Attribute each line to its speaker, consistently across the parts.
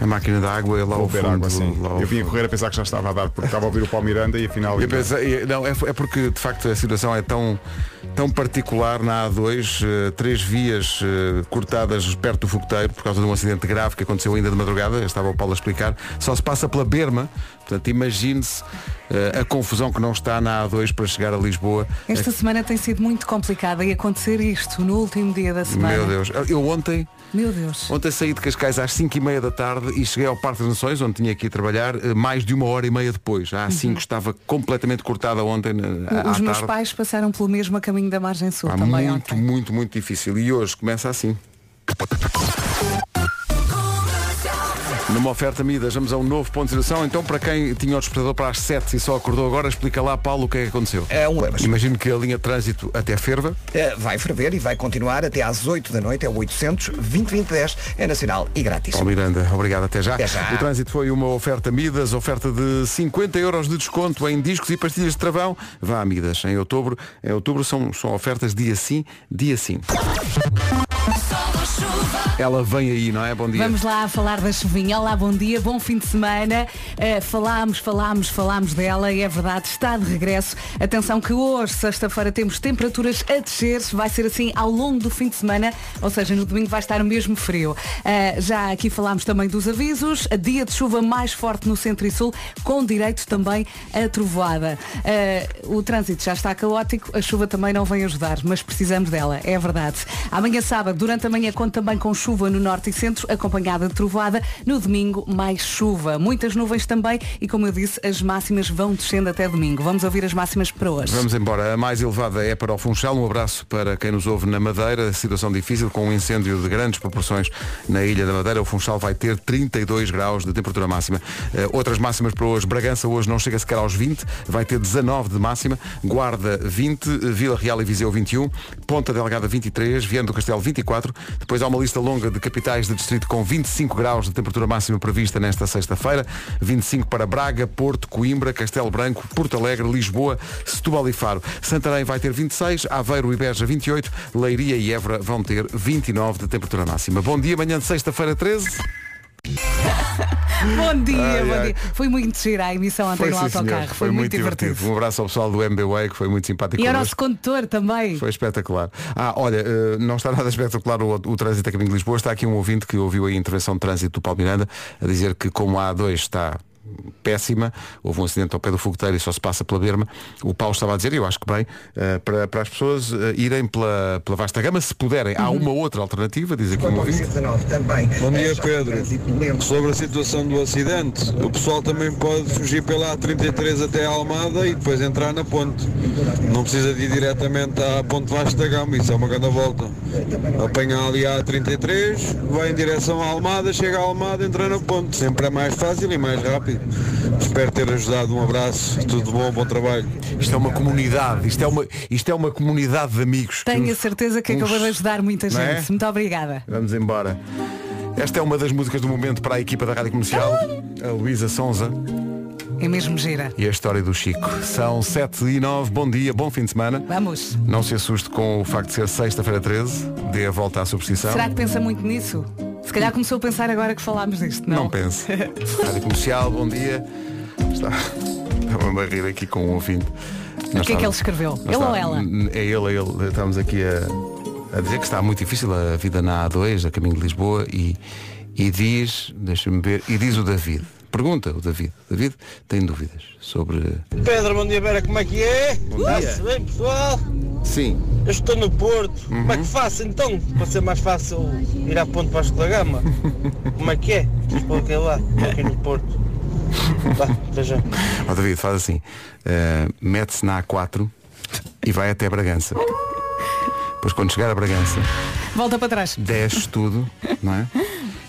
Speaker 1: A máquina da água é lá
Speaker 2: Vou
Speaker 1: ao
Speaker 2: beber
Speaker 1: fundo.
Speaker 2: água, sim.
Speaker 1: lá ao
Speaker 2: Eu vim a
Speaker 1: fundo.
Speaker 2: correr a pensar que já estava a dar, porque estava a ouvir o Paulo Miranda e afinal.
Speaker 1: Eu pensei- não, é, é porque de facto a situação é tão, tão particular na A2, eh, três vias eh, cortadas perto do fogoteiro por causa de um acidente grave que aconteceu ainda de madrugada, estava o Paulo a explicar, só se passa pela berma, portanto imagine-se eh, a confusão que não está na A2 para chegar a Lisboa. É
Speaker 3: Esta semana tem sido muito complicada e acontecer isto no último dia da semana.
Speaker 1: Meu Deus, eu ontem
Speaker 3: Meu Deus.
Speaker 1: Ontem saí de Cascais às 5h30 da tarde e cheguei ao Parque das Nações, onde tinha que ir trabalhar, eh, mais de uma hora e meia depois. À 5 estava completamente cortada ontem eh, à, à
Speaker 3: Uhum. Os meus
Speaker 1: tarde.
Speaker 3: pais passaram pelo mesmo a caminho da margem sul
Speaker 1: Pá,
Speaker 3: também
Speaker 1: muito,
Speaker 3: ontem.
Speaker 1: muito, muito difícil. E hoje começa assim. Numa oferta Midas, vamos a um novo ponto de situação. Então, para quem tinha o despertador para as 7 e só acordou agora, explica lá, Paulo, o que é que aconteceu.
Speaker 4: É um lembras.
Speaker 1: Imagino que a linha de trânsito até ferva.
Speaker 4: Eh, Vai ferver e vai continuar até às 8 da noite, é o 800 2010 é nacional e grátis.
Speaker 1: Paulo Miranda, obrigado até já.
Speaker 4: Até já.
Speaker 1: O trânsito foi uma oferta Midas, oferta de 50 euros de desconto em discos e pastilhas de travão. Vá a Midas, em outubro. Em outubro são, são ofertas dia sim, dia sim. Ela vem aí, não é? Bom dia.
Speaker 3: Vamos lá falar da chuvinha. Olá, bom dia, bom fim de semana. Eh, falámos, falámos, falámos dela e é verdade, está de regresso. Atenção que hoje, sexta-feira, temos temperaturas a descer. Vai ser assim ao longo do fim de semana, ou seja, no domingo vai estar mesmo frio. Eh, já aqui falámos também dos avisos. Dia de chuva mais forte no centro e sul, com direito também a trovoada. Eh, o trânsito já está caótico, a chuva também não vem ajudar, mas precisamos dela, é verdade. Amanhã sábado, durante a manhã, conta também com chuva no norte e centro, acompanhada de trovoada. No domingo, mais chuva. Muitas nuvens também e, como eu disse, as máximas vão descendo até domingo. Vamos ouvir as máximas para hoje.
Speaker 1: Vamos embora. A mais elevada é para o Funchal. Um abraço para quem nos ouve na Madeira. Situação difícil com um incêndio de grandes proporções na Ilha da Madeira. O Funchal vai ter 32 graus de temperatura máxima. Eh, outras máximas para hoje. Bragança hoje não chega sequer aos 20. Vai ter 19 de máxima. Guarda 20. Vila Real e Viseu 21. Ponta Delgada 23. Viana do Castelo 24. Depois há uma lista longa de capitais de distrito com 25 graus de temperatura máxima prevista nesta sexta-feira. 25 para Braga, Porto, Coimbra, Castelo Branco, Porto Alegre, Lisboa, Setúbal e Faro. Santarém vai ter 26, Aveiro e Beja 28, Leiria e Évora vão ter 29 de temperatura máxima. Bom dia, amanhã de sexta-feira 13.
Speaker 3: Bom dia,
Speaker 1: Ai,
Speaker 3: bom
Speaker 1: ai.
Speaker 3: dia. Foi muito gira a emissão ontem no
Speaker 1: sim, senhor.
Speaker 3: autocarro. Foi, muito divertido.
Speaker 1: Um abraço ao pessoal do MBWay que foi muito simpático
Speaker 3: E ao
Speaker 1: connosco.
Speaker 3: nosso condutor também.
Speaker 1: Foi espetacular. Ah, olha, eh, não está nada espetacular o, o trânsito a caminho de Lisboa. Está aqui um ouvinte que ouviu a intervenção de trânsito do Paulo Miranda a dizer que como a A2 está péssima, houve um acidente ao pé do fogoteiro e só se passa pela berma, o Paulo estava a dizer, e eu acho que bem, eh, para, para as pessoas eh, irem pela, pela vasta gama, se puderem. Há uma outra alternativa, diz aqui um
Speaker 4: Quanto ao
Speaker 1: ouvinte.
Speaker 4: 19 também.
Speaker 5: Bom
Speaker 4: eh,
Speaker 5: dia
Speaker 4: já
Speaker 5: Pedro.
Speaker 4: trânsito lento.
Speaker 5: Sobre a situação do acidente, o pessoal também pode fugir pela A33 até a Almada e depois entrar na ponte. Não precisa de ir diretamente à ponte Vasco da Gama, isso é uma grande volta. Apanha ali a A33, vai em direção à Almada, chega à Almada, entra na ponte. Sempre é mais fácil e mais rápido. Espero ter ajudado. Um abraço, tudo bom, bom trabalho.
Speaker 1: Isto é uma comunidade, isto é uma, isto é uma comunidade de amigos. que
Speaker 3: Tenho a
Speaker 1: nos-
Speaker 3: certeza que
Speaker 1: um uns-
Speaker 3: acabou de ajudar muita
Speaker 1: Não
Speaker 3: gente.
Speaker 1: é?
Speaker 3: Muito obrigada.
Speaker 1: Vamos embora. Esta é uma das músicas do momento para a equipa da Rádio Comercial, a Luísa Sonza.
Speaker 3: É mesmo gira.
Speaker 1: e a história do Chico. São 7 e 9, bom dia, bom fim de semana.
Speaker 3: Vamos.
Speaker 1: Não se assuste com o facto de ser sexta-feira 13, dê a volta à superstição.
Speaker 3: Será que pensa muito nisso? Se calhar começou a pensar agora que falámos disto, não?
Speaker 1: Não pense. Rádio Comercial, bom dia. Está, está uma barreira aqui com um ouvinte.
Speaker 3: O que é que ele escreveu? Ele ou ela?
Speaker 1: É ele, é ele. Estamos aqui a, a dizer que está muito difícil a vida na A2, a caminho de Lisboa, e, e diz, deixa-me ver, e diz o David. Pergunta o David. David tem dúvidas sobre.
Speaker 6: Pedro, bom dia, Vera, como é que é? Está-se bem, pessoal?
Speaker 1: Sim,
Speaker 6: Eu estou no Porto. Como é que faço então? Para ser mais fácil ir à Ponte Vasco da Gama? Como é que é? Expliquem lá, aqui é no Porto. Vá, até já.
Speaker 1: Ó David, faz assim, eh, mete-se na A4 e vai até Bragança. Depois quando chegar a Bragança,
Speaker 3: Volta para trás.
Speaker 1: desce tudo, não é?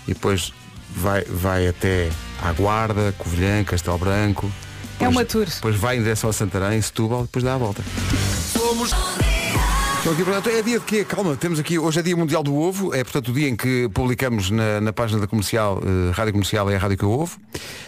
Speaker 1: E depois vai, vai até à Guarda, Covilhã, Castelo Branco.
Speaker 3: É
Speaker 1: Depois-
Speaker 3: uma tour.
Speaker 1: Depois vai em direção a Santarém, Setúbal, depois dá a volta. Estão aqui, portanto, é dia de quê? Calma, temos aqui, hoje é dia mundial do ovo, é portanto o dia em que publicamos na, na página da comercial, eh, Rádio Comercial é a Rádio que eu ouvo.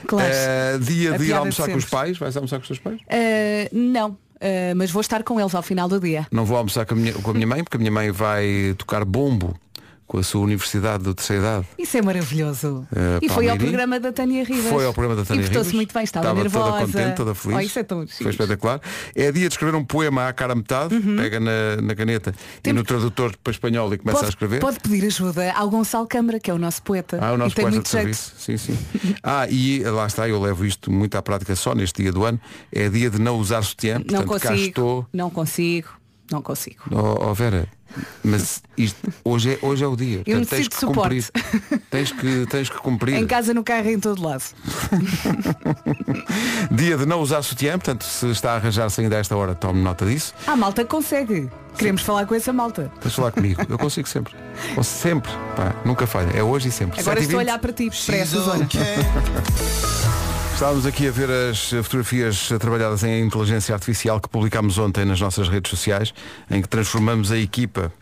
Speaker 3: Claro.
Speaker 1: Eh,
Speaker 3: A
Speaker 1: dia de ir
Speaker 3: piada
Speaker 1: almoçar
Speaker 3: de
Speaker 1: com os
Speaker 3: sempre.
Speaker 1: pais, vais almoçar com os teus pais?
Speaker 3: Uh, não, Uh, mas vou estar com eles ao final do dia.
Speaker 1: Não vou almoçar com a minha, com a minha mãe, porque a minha mãe vai tocar bombo com a sua universidade de terceira idade.
Speaker 3: Isso é maravilhoso.
Speaker 1: Eh,
Speaker 3: e foi ao
Speaker 1: Palmeirim.
Speaker 3: programa da Tânia Rivas.
Speaker 1: Foi ao programa da Tânia
Speaker 3: E portou-se
Speaker 1: Ribas.
Speaker 3: muito bem, estava, nervosa.
Speaker 1: toda contente, toda feliz.
Speaker 3: Oh, isso é tão
Speaker 1: Foi
Speaker 3: chique.
Speaker 1: espetacular. É dia de escrever um poema à cara metade, pega na, na caneta e
Speaker 3: Uhum. Temos-
Speaker 1: no tradutor para espanhol e começa a escrever.
Speaker 3: pode pedir ajuda ao Gonçalo Câmara, que é o nosso poeta.
Speaker 1: Ah, o nosso
Speaker 3: e tem
Speaker 1: poeta
Speaker 3: muito
Speaker 1: de
Speaker 3: jeito.
Speaker 1: serviço. Sim, sim. Ah, e lá está, eu levo isto muito à prática só neste dia do ano. É dia de não usar sutiã,
Speaker 3: Não
Speaker 1: portanto cá
Speaker 3: consigo.
Speaker 1: estou.
Speaker 3: Não consigo. Não consigo.
Speaker 1: Oh, oh, Vera, mas isto- hoje, é, hoje é o dia.
Speaker 3: Eu
Speaker 1: portanto, tens
Speaker 3: necessito
Speaker 1: que
Speaker 3: de suporte.
Speaker 1: cumprir. Tens que, tens que cumprir.
Speaker 3: Em casa, no carro, em todo lado.
Speaker 1: Dia de não usar sutiã, portanto, se está a arranjar-se ainda a esta hora, tome nota disso.
Speaker 3: A malta que consegue. Queremos falar com essa malta.
Speaker 1: Deixa falar comigo. Eu consigo sempre. Ou sempre. Pá, nunca falha. É hoje e sempre.
Speaker 3: Agora
Speaker 1: 7h20.
Speaker 3: estou a olhar para ti, para essa zona.
Speaker 1: Estávamos aqui a ver as eh, fotografias eh, trabalhadas em inteligência artificial que publicámos ontem nas nossas redes sociais, em que transformamos a equipa.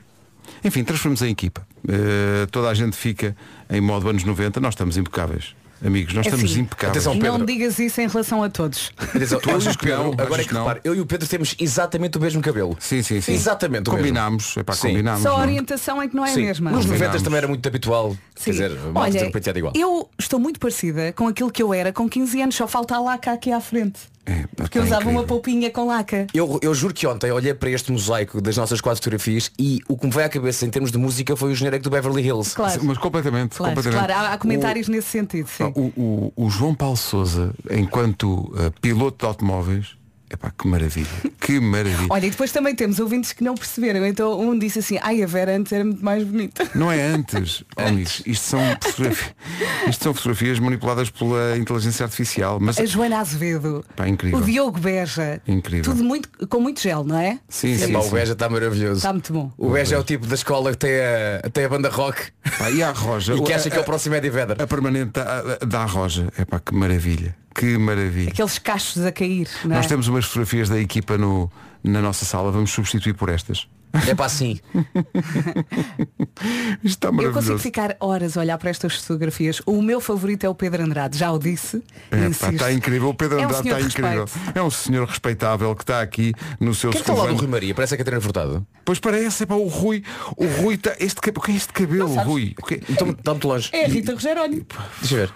Speaker 1: Enfim, transformamos a equipa. Eh, toda a gente fica em modo anos 90. Nós estamos impecáveis. Amigos, nós
Speaker 3: É
Speaker 1: estamos
Speaker 3: assim.
Speaker 1: impecáveis.
Speaker 7: Atenção, Pedro.
Speaker 3: Não digas isso em relação a todos.
Speaker 7: Atenção,
Speaker 1: Tu
Speaker 7: eu
Speaker 1: achas
Speaker 7: e o
Speaker 1: que
Speaker 7: Pedro,
Speaker 1: não?
Speaker 7: agora
Speaker 1: Achas
Speaker 7: é
Speaker 1: que
Speaker 7: que
Speaker 1: não?
Speaker 7: repare, eu e o Pedro temos exatamente o mesmo cabelo.
Speaker 1: Sim, sim, sim.
Speaker 7: Exatamente o mesmo.
Speaker 1: Combinámos. Epá,
Speaker 7: Sim.
Speaker 1: combinámos.
Speaker 3: Só a
Speaker 1: não é?
Speaker 3: orientação é que não é a
Speaker 7: Sim,
Speaker 3: mesma.
Speaker 7: nos
Speaker 1: Combinámos.
Speaker 7: 90 também era muito habitual.
Speaker 3: Sim.
Speaker 7: Quer dizer, mal
Speaker 3: Olha,
Speaker 7: ter penteado igual.
Speaker 3: eu estou muito parecida com aquilo que eu era com 15 anos, só falta a laca aqui à frente.
Speaker 1: É, pá,
Speaker 3: Porque eu
Speaker 1: tá
Speaker 3: usava
Speaker 1: incrível.
Speaker 3: uma polpinha com laca.
Speaker 7: Eu, eu juro que ontem olhei para este mosaico das nossas quatro fotografias e o que me veio à cabeça em termos de música foi o genérico do Beverly Hills.
Speaker 3: Claro,
Speaker 1: Mas completamente.
Speaker 3: claro,
Speaker 1: completamente. Oh,
Speaker 3: claro. Há, há comentários nesse sentido, sim.
Speaker 1: O, o- o João Paulo Souza, enquanto eh, piloto de automóveis, epá, que maravilha, que maravilha.
Speaker 3: Olha, e depois também temos ouvintes que não perceberam. Então um disse assim, ai, a Vera antes era muito mais bonita.
Speaker 1: Não é antes, oh, amigos, isto são, fotografi- isto são fotografias manipuladas pela inteligência artificial, mas
Speaker 3: A Joana Azevedo.
Speaker 1: Pá, incrível.
Speaker 3: O Diogo Beja.
Speaker 1: Incrível.
Speaker 3: Tudo muito, com muito gel, não é?
Speaker 1: sim,
Speaker 7: É
Speaker 1: sim,
Speaker 7: pá, o
Speaker 1: sim.
Speaker 7: Beja está maravilhoso.
Speaker 3: Está muito bom.
Speaker 7: O Beja é o tipo da escola que tem a, tem a banda rock
Speaker 1: Pá, e a Roja,
Speaker 7: e que acha que é o
Speaker 1: a,
Speaker 7: próximo Eddie Vedder.
Speaker 1: a permanente da, da Roja, é pá, que maravilha, que maravilha.
Speaker 3: Aqueles cachos a cair, não é?
Speaker 1: Nós temos umas fotografias da equipa no, na nossa sala, vamos substituir por estas.
Speaker 7: É para assim.
Speaker 1: Isto está
Speaker 3: Eu
Speaker 1: maravilhoso.
Speaker 3: consigo ficar horas a olhar para estas fotografias. O meu favorito é o Pedro Andrade, já o disse. e
Speaker 1: É, pá,
Speaker 3: insisto.
Speaker 1: está incrível, o Pedro
Speaker 3: É um
Speaker 1: Andrade
Speaker 3: senhor
Speaker 1: está
Speaker 3: de
Speaker 1: incrível.
Speaker 3: respeito.
Speaker 1: É um senhor respeitável que está aqui no seu
Speaker 7: Quem é está lá do
Speaker 1: segundo
Speaker 7: Rui
Speaker 1: ano.
Speaker 7: Maria? Parece a Catarina Furtado.
Speaker 1: Pois parece, é pá, o Rui, o Rui está. Este, cab- o que é este cabelo, Rui? O que é-
Speaker 7: Está Tá muito- está muito longe.
Speaker 3: É a Rita Rogeroni.
Speaker 7: Deixa eu ver.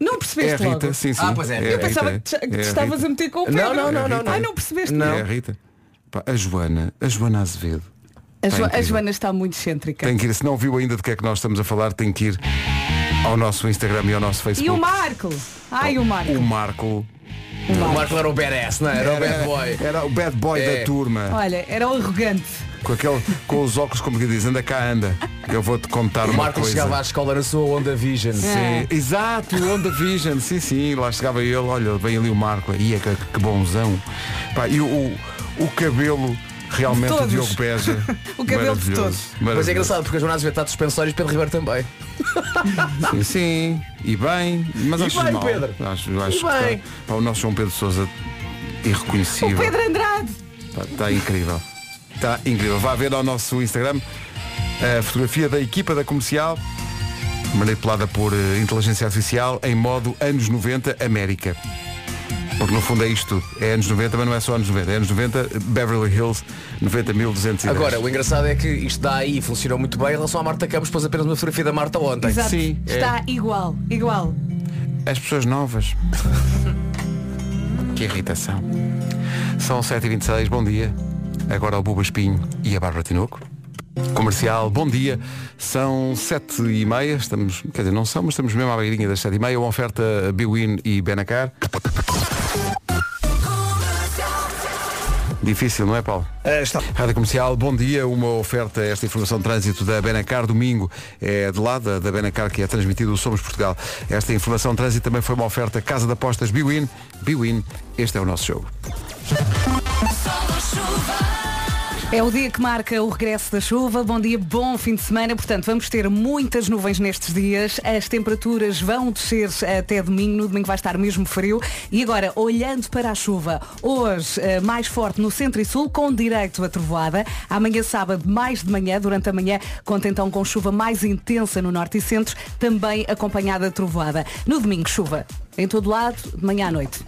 Speaker 3: Não
Speaker 1: É a
Speaker 3: percebeste
Speaker 1: Rita,
Speaker 3: logo?
Speaker 1: sim, sim.
Speaker 7: Ah, pois é.
Speaker 1: a
Speaker 7: Eu
Speaker 3: Eu pensava
Speaker 1: Rita,
Speaker 3: que te, que
Speaker 1: é
Speaker 3: te
Speaker 1: a
Speaker 3: estavas a
Speaker 1: Rita.
Speaker 3: meter com o Pedro.
Speaker 7: Não, não, não, não, não.
Speaker 3: Ai, não percebeste
Speaker 1: É a Rita. Pá, a Joana, a Joana Azevedo.
Speaker 3: A, Jo- a
Speaker 1: Tá incrível.
Speaker 3: Joana está muito excêntrica.
Speaker 1: Tem que ir, se não viu ainda de que é que nós estamos a falar, tem que ir ao nosso Instagram e ao nosso Facebook.
Speaker 3: E o Marco? Ai, o Marco.
Speaker 1: O Marco
Speaker 3: O
Speaker 7: O
Speaker 3: Marco.
Speaker 7: Marco era o badass, não é? Era o bad boy.
Speaker 1: era o bad boy
Speaker 7: É.
Speaker 1: da turma.
Speaker 3: Olha, era o arrogante.
Speaker 1: Com, aquele, com os óculos, como que diz, anda cá, anda. Eu vou-te contar
Speaker 7: O
Speaker 1: uma
Speaker 7: Marco
Speaker 1: coisa.
Speaker 7: chegava à escola na sua Onda Vision.
Speaker 3: É.
Speaker 7: é
Speaker 1: Sim, Exato, o Onda Vision, sim, sim, lá chegava ele, olha, vem ali o Marco, aí é que, que bonzão. Pá, e o, o, o cabelo realmente
Speaker 3: De
Speaker 1: o
Speaker 3: todos.
Speaker 1: Diogo Beja.
Speaker 3: O cabelo de
Speaker 1: maravilhoso,
Speaker 3: todos.
Speaker 7: Mas
Speaker 1: maravilhoso.
Speaker 7: é engraçado porque a Jornada Azevedo está de suspensórios e Pedro Ribeiro também.
Speaker 1: Sim, sim, e bem, mas
Speaker 7: E
Speaker 1: acho
Speaker 7: bem,
Speaker 1: mal.
Speaker 7: Pedro.
Speaker 1: Acho, acho que
Speaker 7: bem.
Speaker 1: Está, pá, o nosso João Pedro Sousa
Speaker 3: O
Speaker 1: irreconhecível.
Speaker 3: Pedro Andrade.
Speaker 1: Está, incrível. Está incrível. Vá ver ao nosso Instagram a fotografia da equipa da comercial, manipulada por eh, inteligência artificial, em modo anos 90 América. Porque no fundo é isto tudo. É anos 90, mas não é só anos 90. É anos 90, Beverly Hills, 90.210.
Speaker 7: Agora, o engraçado é que isto dá aí funcionou muito bem em relação à Marta Campos, pôs apenas uma fotografia da Marta ontem.
Speaker 3: Exato.
Speaker 1: Sim, é.
Speaker 3: está igual, igual.
Speaker 1: As pessoas novas. que irritação. São 7h26, bom dia. Agora o Buba Espinho e a Bárbara Tinoco. Comercial, bom dia. São 7h30, estamos, quer dizer, não são, mas estamos mesmo à beirinha das 7h30. Uma oferta Biwin e Benacar. Difícil, não é, Paulo?
Speaker 4: Ah, está-
Speaker 1: Rádio Comercial, bom dia. Uma oferta, esta informação de trânsito da Benacar, domingo é de lá, da, da Benacar, que é transmitido o Somos Portugal. Esta informação de trânsito também foi uma oferta Casa de Apostas Biwin. Biwin, este é o nosso jogo.
Speaker 3: É o dia que marca o regresso da chuva. Bom dia, bom fim de semana. Portanto, vamos ter muitas nuvens nestes dias. As temperaturas vão descer até domingo. No domingo vai estar mesmo frio. E agora, olhando para a chuva, hoje eh, mais forte no centro e sul, com direito a trovoada. Amanhã, sábado, mais de manhã. Durante a manhã, conta então com chuva mais intensa no norte e centro, também acompanhada de trovoada. No domingo, chuva em todo lado, de manhã à noite.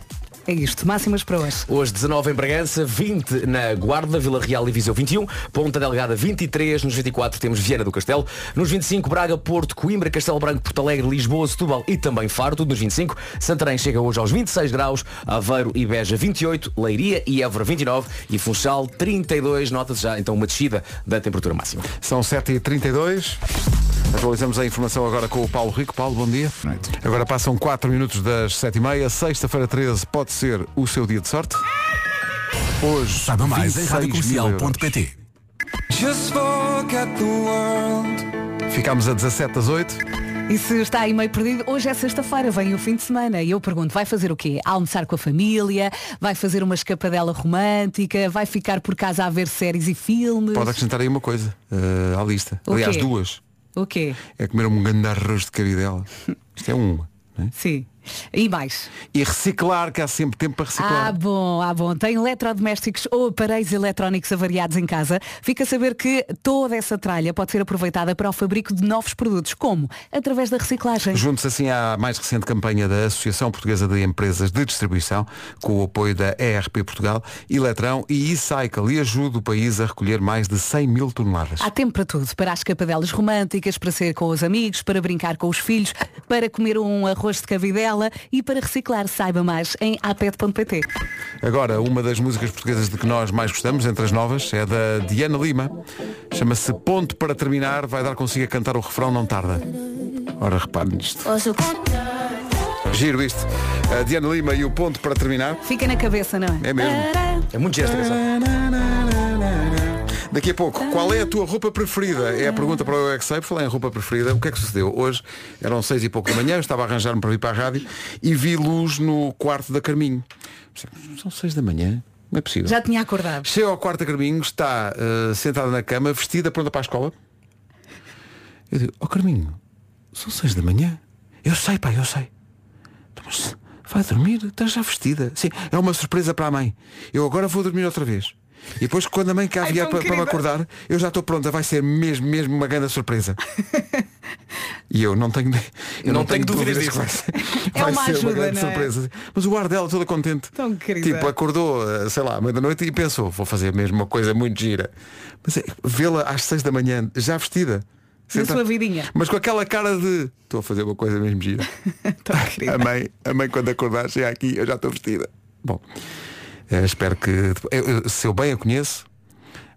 Speaker 3: É isto. Máximas para hoje.
Speaker 7: Hoje 19 em Bragança, 20 na Guarda, Vila Real e Viseu 21, Ponta Delgada 23, nos 24 temos Viana do Castelo, nos 25 Braga, Porto, Coimbra, Castelo Branco, Porto Alegre, Lisboa, Setúbal e também Faro, tudo nos 25. Santarém chega hoje aos 26 graus, Aveiro e Beja 28, Leiria e Évora 29 e Funchal 32, nota-se já então uma descida da temperatura máxima.
Speaker 1: São 7h32. Atualizamos a informação agora com o Paulo Rico. Paulo, bom dia. Agora passam 4 minutos das 7h30. Sexta-feira 13 pode ser o seu dia de sorte. Hoje,
Speaker 8: Saiba mais em
Speaker 1: 26 mil euros.
Speaker 8: radiocomercial.pt
Speaker 1: Ficámos a 17 das 8.
Speaker 3: E se está aí meio perdido, hoje é sexta-feira, vem o fim de semana e eu pergunto, vai fazer o quê? Almoçar com a família? Vai fazer uma escapadela romântica? Vai ficar por casa a ver séries e filmes?
Speaker 1: Pode acrescentar aí uma coisa eh, à lista.
Speaker 3: O
Speaker 1: Aliás,
Speaker 3: quê?
Speaker 1: duas.
Speaker 3: O quê?
Speaker 1: É comer um grande arroz de cabidela. Isto é uma. né?
Speaker 3: Sim. E mais?
Speaker 1: E reciclar, que há sempre tempo para
Speaker 3: Ah,
Speaker 1: reciclar.
Speaker 3: bom, ah, bom. Tem eletrodomésticos ou aparelhos eletrónicos avariados em casa. Fica a saber que toda essa tralha pode ser aproveitada para o fabrico de novos produtos. Como? Através da reciclagem.
Speaker 1: Juntos assim à mais recente campanha da Associação Portuguesa de Empresas de Distribuição, com o apoio da ERP Portugal, Eletrão e eCycle, e ajuda o país a recolher mais de 100 mil toneladas.
Speaker 3: Há tempo para tudo, para as capadelas românticas, para ser com os amigos, para brincar com os filhos, para comer um arroz de cavidela e para reciclar, saiba mais, em apet.pt.
Speaker 1: Agora, uma das músicas portuguesas de que nós mais gostamos, entre as novas, é da Diana Lima. Chama-se Ponto para Terminar, vai dar consigo a cantar o refrão, não tarda. Ora, repare nisto. Giro isto. A Diana Lima e o Ponto para Terminar.
Speaker 3: Fica na cabeça, não é?
Speaker 1: É mesmo.
Speaker 3: Tará.
Speaker 7: É muito gesto, atenção.
Speaker 1: Daqui a pouco, qual é a tua roupa preferida? É a pergunta para o UXA, por falar em roupa preferida, o que é que sucedeu? Hoje eram seis e pouco da manhã, eu estava a arranjar-me para vir para a rádio e vi luz no quarto da Carminho. São seis da manhã, não é possível.
Speaker 3: Já tinha acordado.
Speaker 1: Chega ao quarto da Carminho, está eh, sentada na cama, vestida, pronta para a escola. Eu digo, ó Carminho, são seis da manhã. Eu sei, pai, eu sei. "Então, Mas vai dormir, estás já vestida. Sim, é uma surpresa para a mãe. Eu agora vou dormir outra vez. E depois quando a mãe cá vier para, para me acordar, eu já estou pronta, vai ser mesmo, mesmo uma grande surpresa. E eu não tenho, eu
Speaker 7: não tenho dúvidas
Speaker 1: disso.
Speaker 3: É
Speaker 1: Vai
Speaker 3: uma
Speaker 1: ser
Speaker 3: ajuda,
Speaker 1: uma grande
Speaker 3: não é?
Speaker 1: surpresa. assim, Mas o ar dela toda contente.
Speaker 3: Tão querida.
Speaker 1: Tipo, acordou, eh, sei lá, à meia-noite e pensou, vou fazer mesmo uma coisa muito gira. Mas eh, vê-la às seis da manhã, já vestida. Senta-
Speaker 3: sua vidinha.
Speaker 1: Mas com aquela cara de estou a fazer uma coisa mesmo gira.
Speaker 3: Tão Então, querida.
Speaker 1: a, mãe, a mãe quando acordar chega aqui, eu já estou vestida. Bom, eh, espero que. eu- eu- se eu bem a conheço,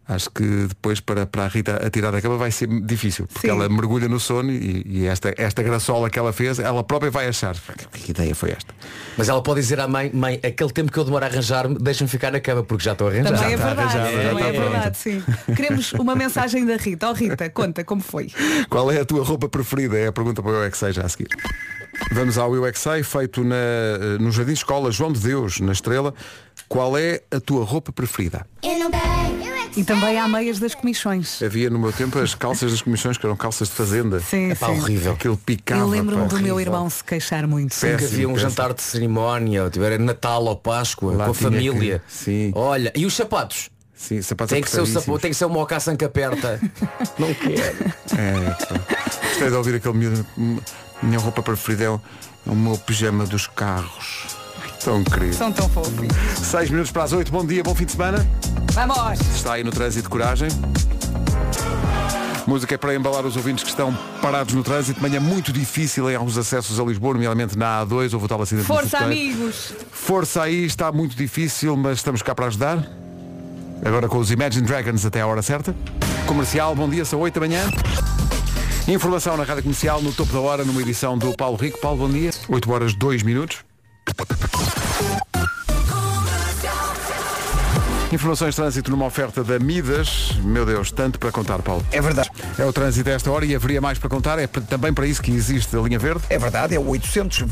Speaker 1: acho que depois para, para a Rita atirar da cama vai ser difícil. Porque
Speaker 3: Sim.
Speaker 1: ela mergulha no sono e, e esta, esta graçola que ela fez, ela própria vai achar. Que ideia foi esta?
Speaker 7: Mas ela pode dizer à mãe, mãe, aquele tempo que eu demoro a arranjar-me, deixa-me ficar na cama porque já tá, estou a arranjar.
Speaker 3: Também é
Speaker 1: está
Speaker 3: verdade,
Speaker 1: arranjada, já
Speaker 3: também é
Speaker 1: está
Speaker 3: verdade, sim. Queremos uma mensagem da Rita. Ó Rita, conta como foi.
Speaker 1: Qual é a tua roupa preferida? É a pergunta para o UXA já a seguir. Vamos ao UXA, feito na, eh, no Jardim Escola João de Deus, na Estrela. Qual é a tua roupa preferida?
Speaker 9: Eu é não
Speaker 3: E também há meias das comissões.
Speaker 1: Havia no meu tempo as calças das comissões, que eram calças de fazenda.
Speaker 3: Sim,
Speaker 7: Pá,
Speaker 3: sim.
Speaker 7: horrível.
Speaker 1: Aquilo picava.
Speaker 3: Eu lembro-me
Speaker 1: pá.
Speaker 3: do meu irmão se queixar muito.
Speaker 1: Péssimo,
Speaker 7: que havia um
Speaker 1: péssimo.
Speaker 7: jantar de cerimónia, ou tiver Natal ou Páscoa,
Speaker 1: Lá
Speaker 7: com a
Speaker 1: tinha que-
Speaker 7: família.
Speaker 1: sim.
Speaker 7: Olha, e os sapatos?
Speaker 1: Sim, sapatos
Speaker 7: Tem que, ser o sapo,
Speaker 1: apertadíssimos.
Speaker 7: tem que ser uma ocação que aperta. Não quero.
Speaker 1: É, pá. Gostei de ouvir aquele miúdo. Hum, Minha roupa preferida é o, é o meu pijama dos carros. Tão querido.
Speaker 3: São tão fofos.
Speaker 1: Seis minutos para as oito. Bom dia, bom fim de semana.
Speaker 3: Vamos!
Speaker 1: está aí no trânsito coragem. Música é para embalar os ouvintes que estão parados no trânsito. Manhã muito difícil em alguns acessos a Lisboa, nomeadamente na A2. Houve o tal acidente. no
Speaker 3: Força,
Speaker 1: Fogoteiro.
Speaker 3: amigos!
Speaker 1: Força aí, está muito difícil, mas estamos cá para ajudar. Agora com os Imagine Dragons até à hora certa. Comercial, bom dia, são 8 da manhã. Informação na Rádio Comercial, no topo da hora, numa edição do Paulo Rico. Paulo, bom dia. 8 horas, 2 minutos. Informações de trânsito numa oferta da Midas. Meu Deus, tanto para contar, Paulo.
Speaker 4: É verdade.
Speaker 1: É o trânsito a esta hora e haveria mais para contar. É p- também para isso que existe a linha verde.
Speaker 4: É verdade, é o 800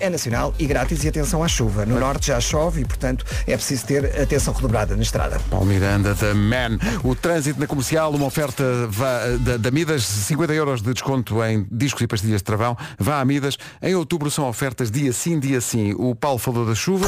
Speaker 4: é nacional e grátis e atenção à chuva. No norte já chove e, portanto, é preciso ter atenção redobrada na estrada.
Speaker 1: Paulo Miranda, The Man. O trânsito na comercial, uma oferta va- da, da Midas, 50 euros de desconto em discos e pastilhas de travão. Vá a Midas. Em outubro são ofertas dia sim, dia sim. O Paulo falou da chuva.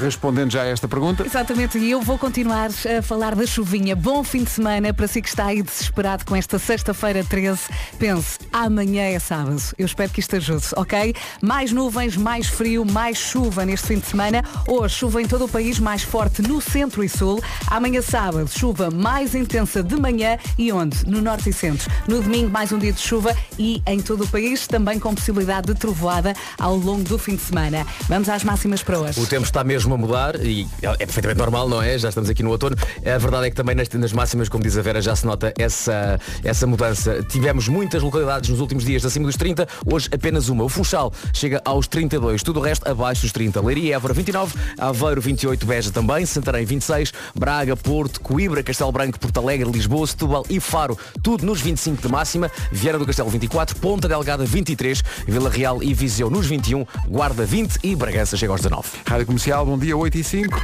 Speaker 1: respondendo já a esta pergunta.
Speaker 3: Exatamente, e eu vou continuar a falar da chuvinha. Bom fim de semana para si que está aí desesperado com esta sexta-feira 13. Pense, amanhã é sábado. Eu espero que isto ajude, ok? Mais nuvens, mais frio, mais chuva neste fim de semana. Hoje, chuva em todo o país, mais forte no centro e sul. Amanhã, sábado, chuva mais intensa de manhã e onde? No norte e centro. No domingo, mais um dia de chuva e em todo o país, também com possibilidade de trovoada ao longo do fim de semana. Vamos às máximas para hoje.
Speaker 7: O tempo está mesmo a mudar e é perfeitamente normal, não é? Já estamos aqui no outono. A verdade é que também nas, nas máximas, como diz a Vera, já se nota essa, essa mudança. Tivemos muitas localidades nos últimos dias acima dos 30, hoje apenas uma. O Funchal chega aos 32, tudo o resto abaixo dos 30. Leiria e Évora 29, Aveiro 28, Beja também, Santarém 26, Braga, Porto, Coimbra, Castelo Branco, Porto Alegre, Lisboa, Setúbal e Faro, tudo nos 25 de máxima. Vieira do Castelo 24, Ponta Delgada 23, Vila Real e Viseu nos 21, Guarda 20 e Bragança chega aos 19.
Speaker 1: Rádio Comercial, bom dia, 8 e 5.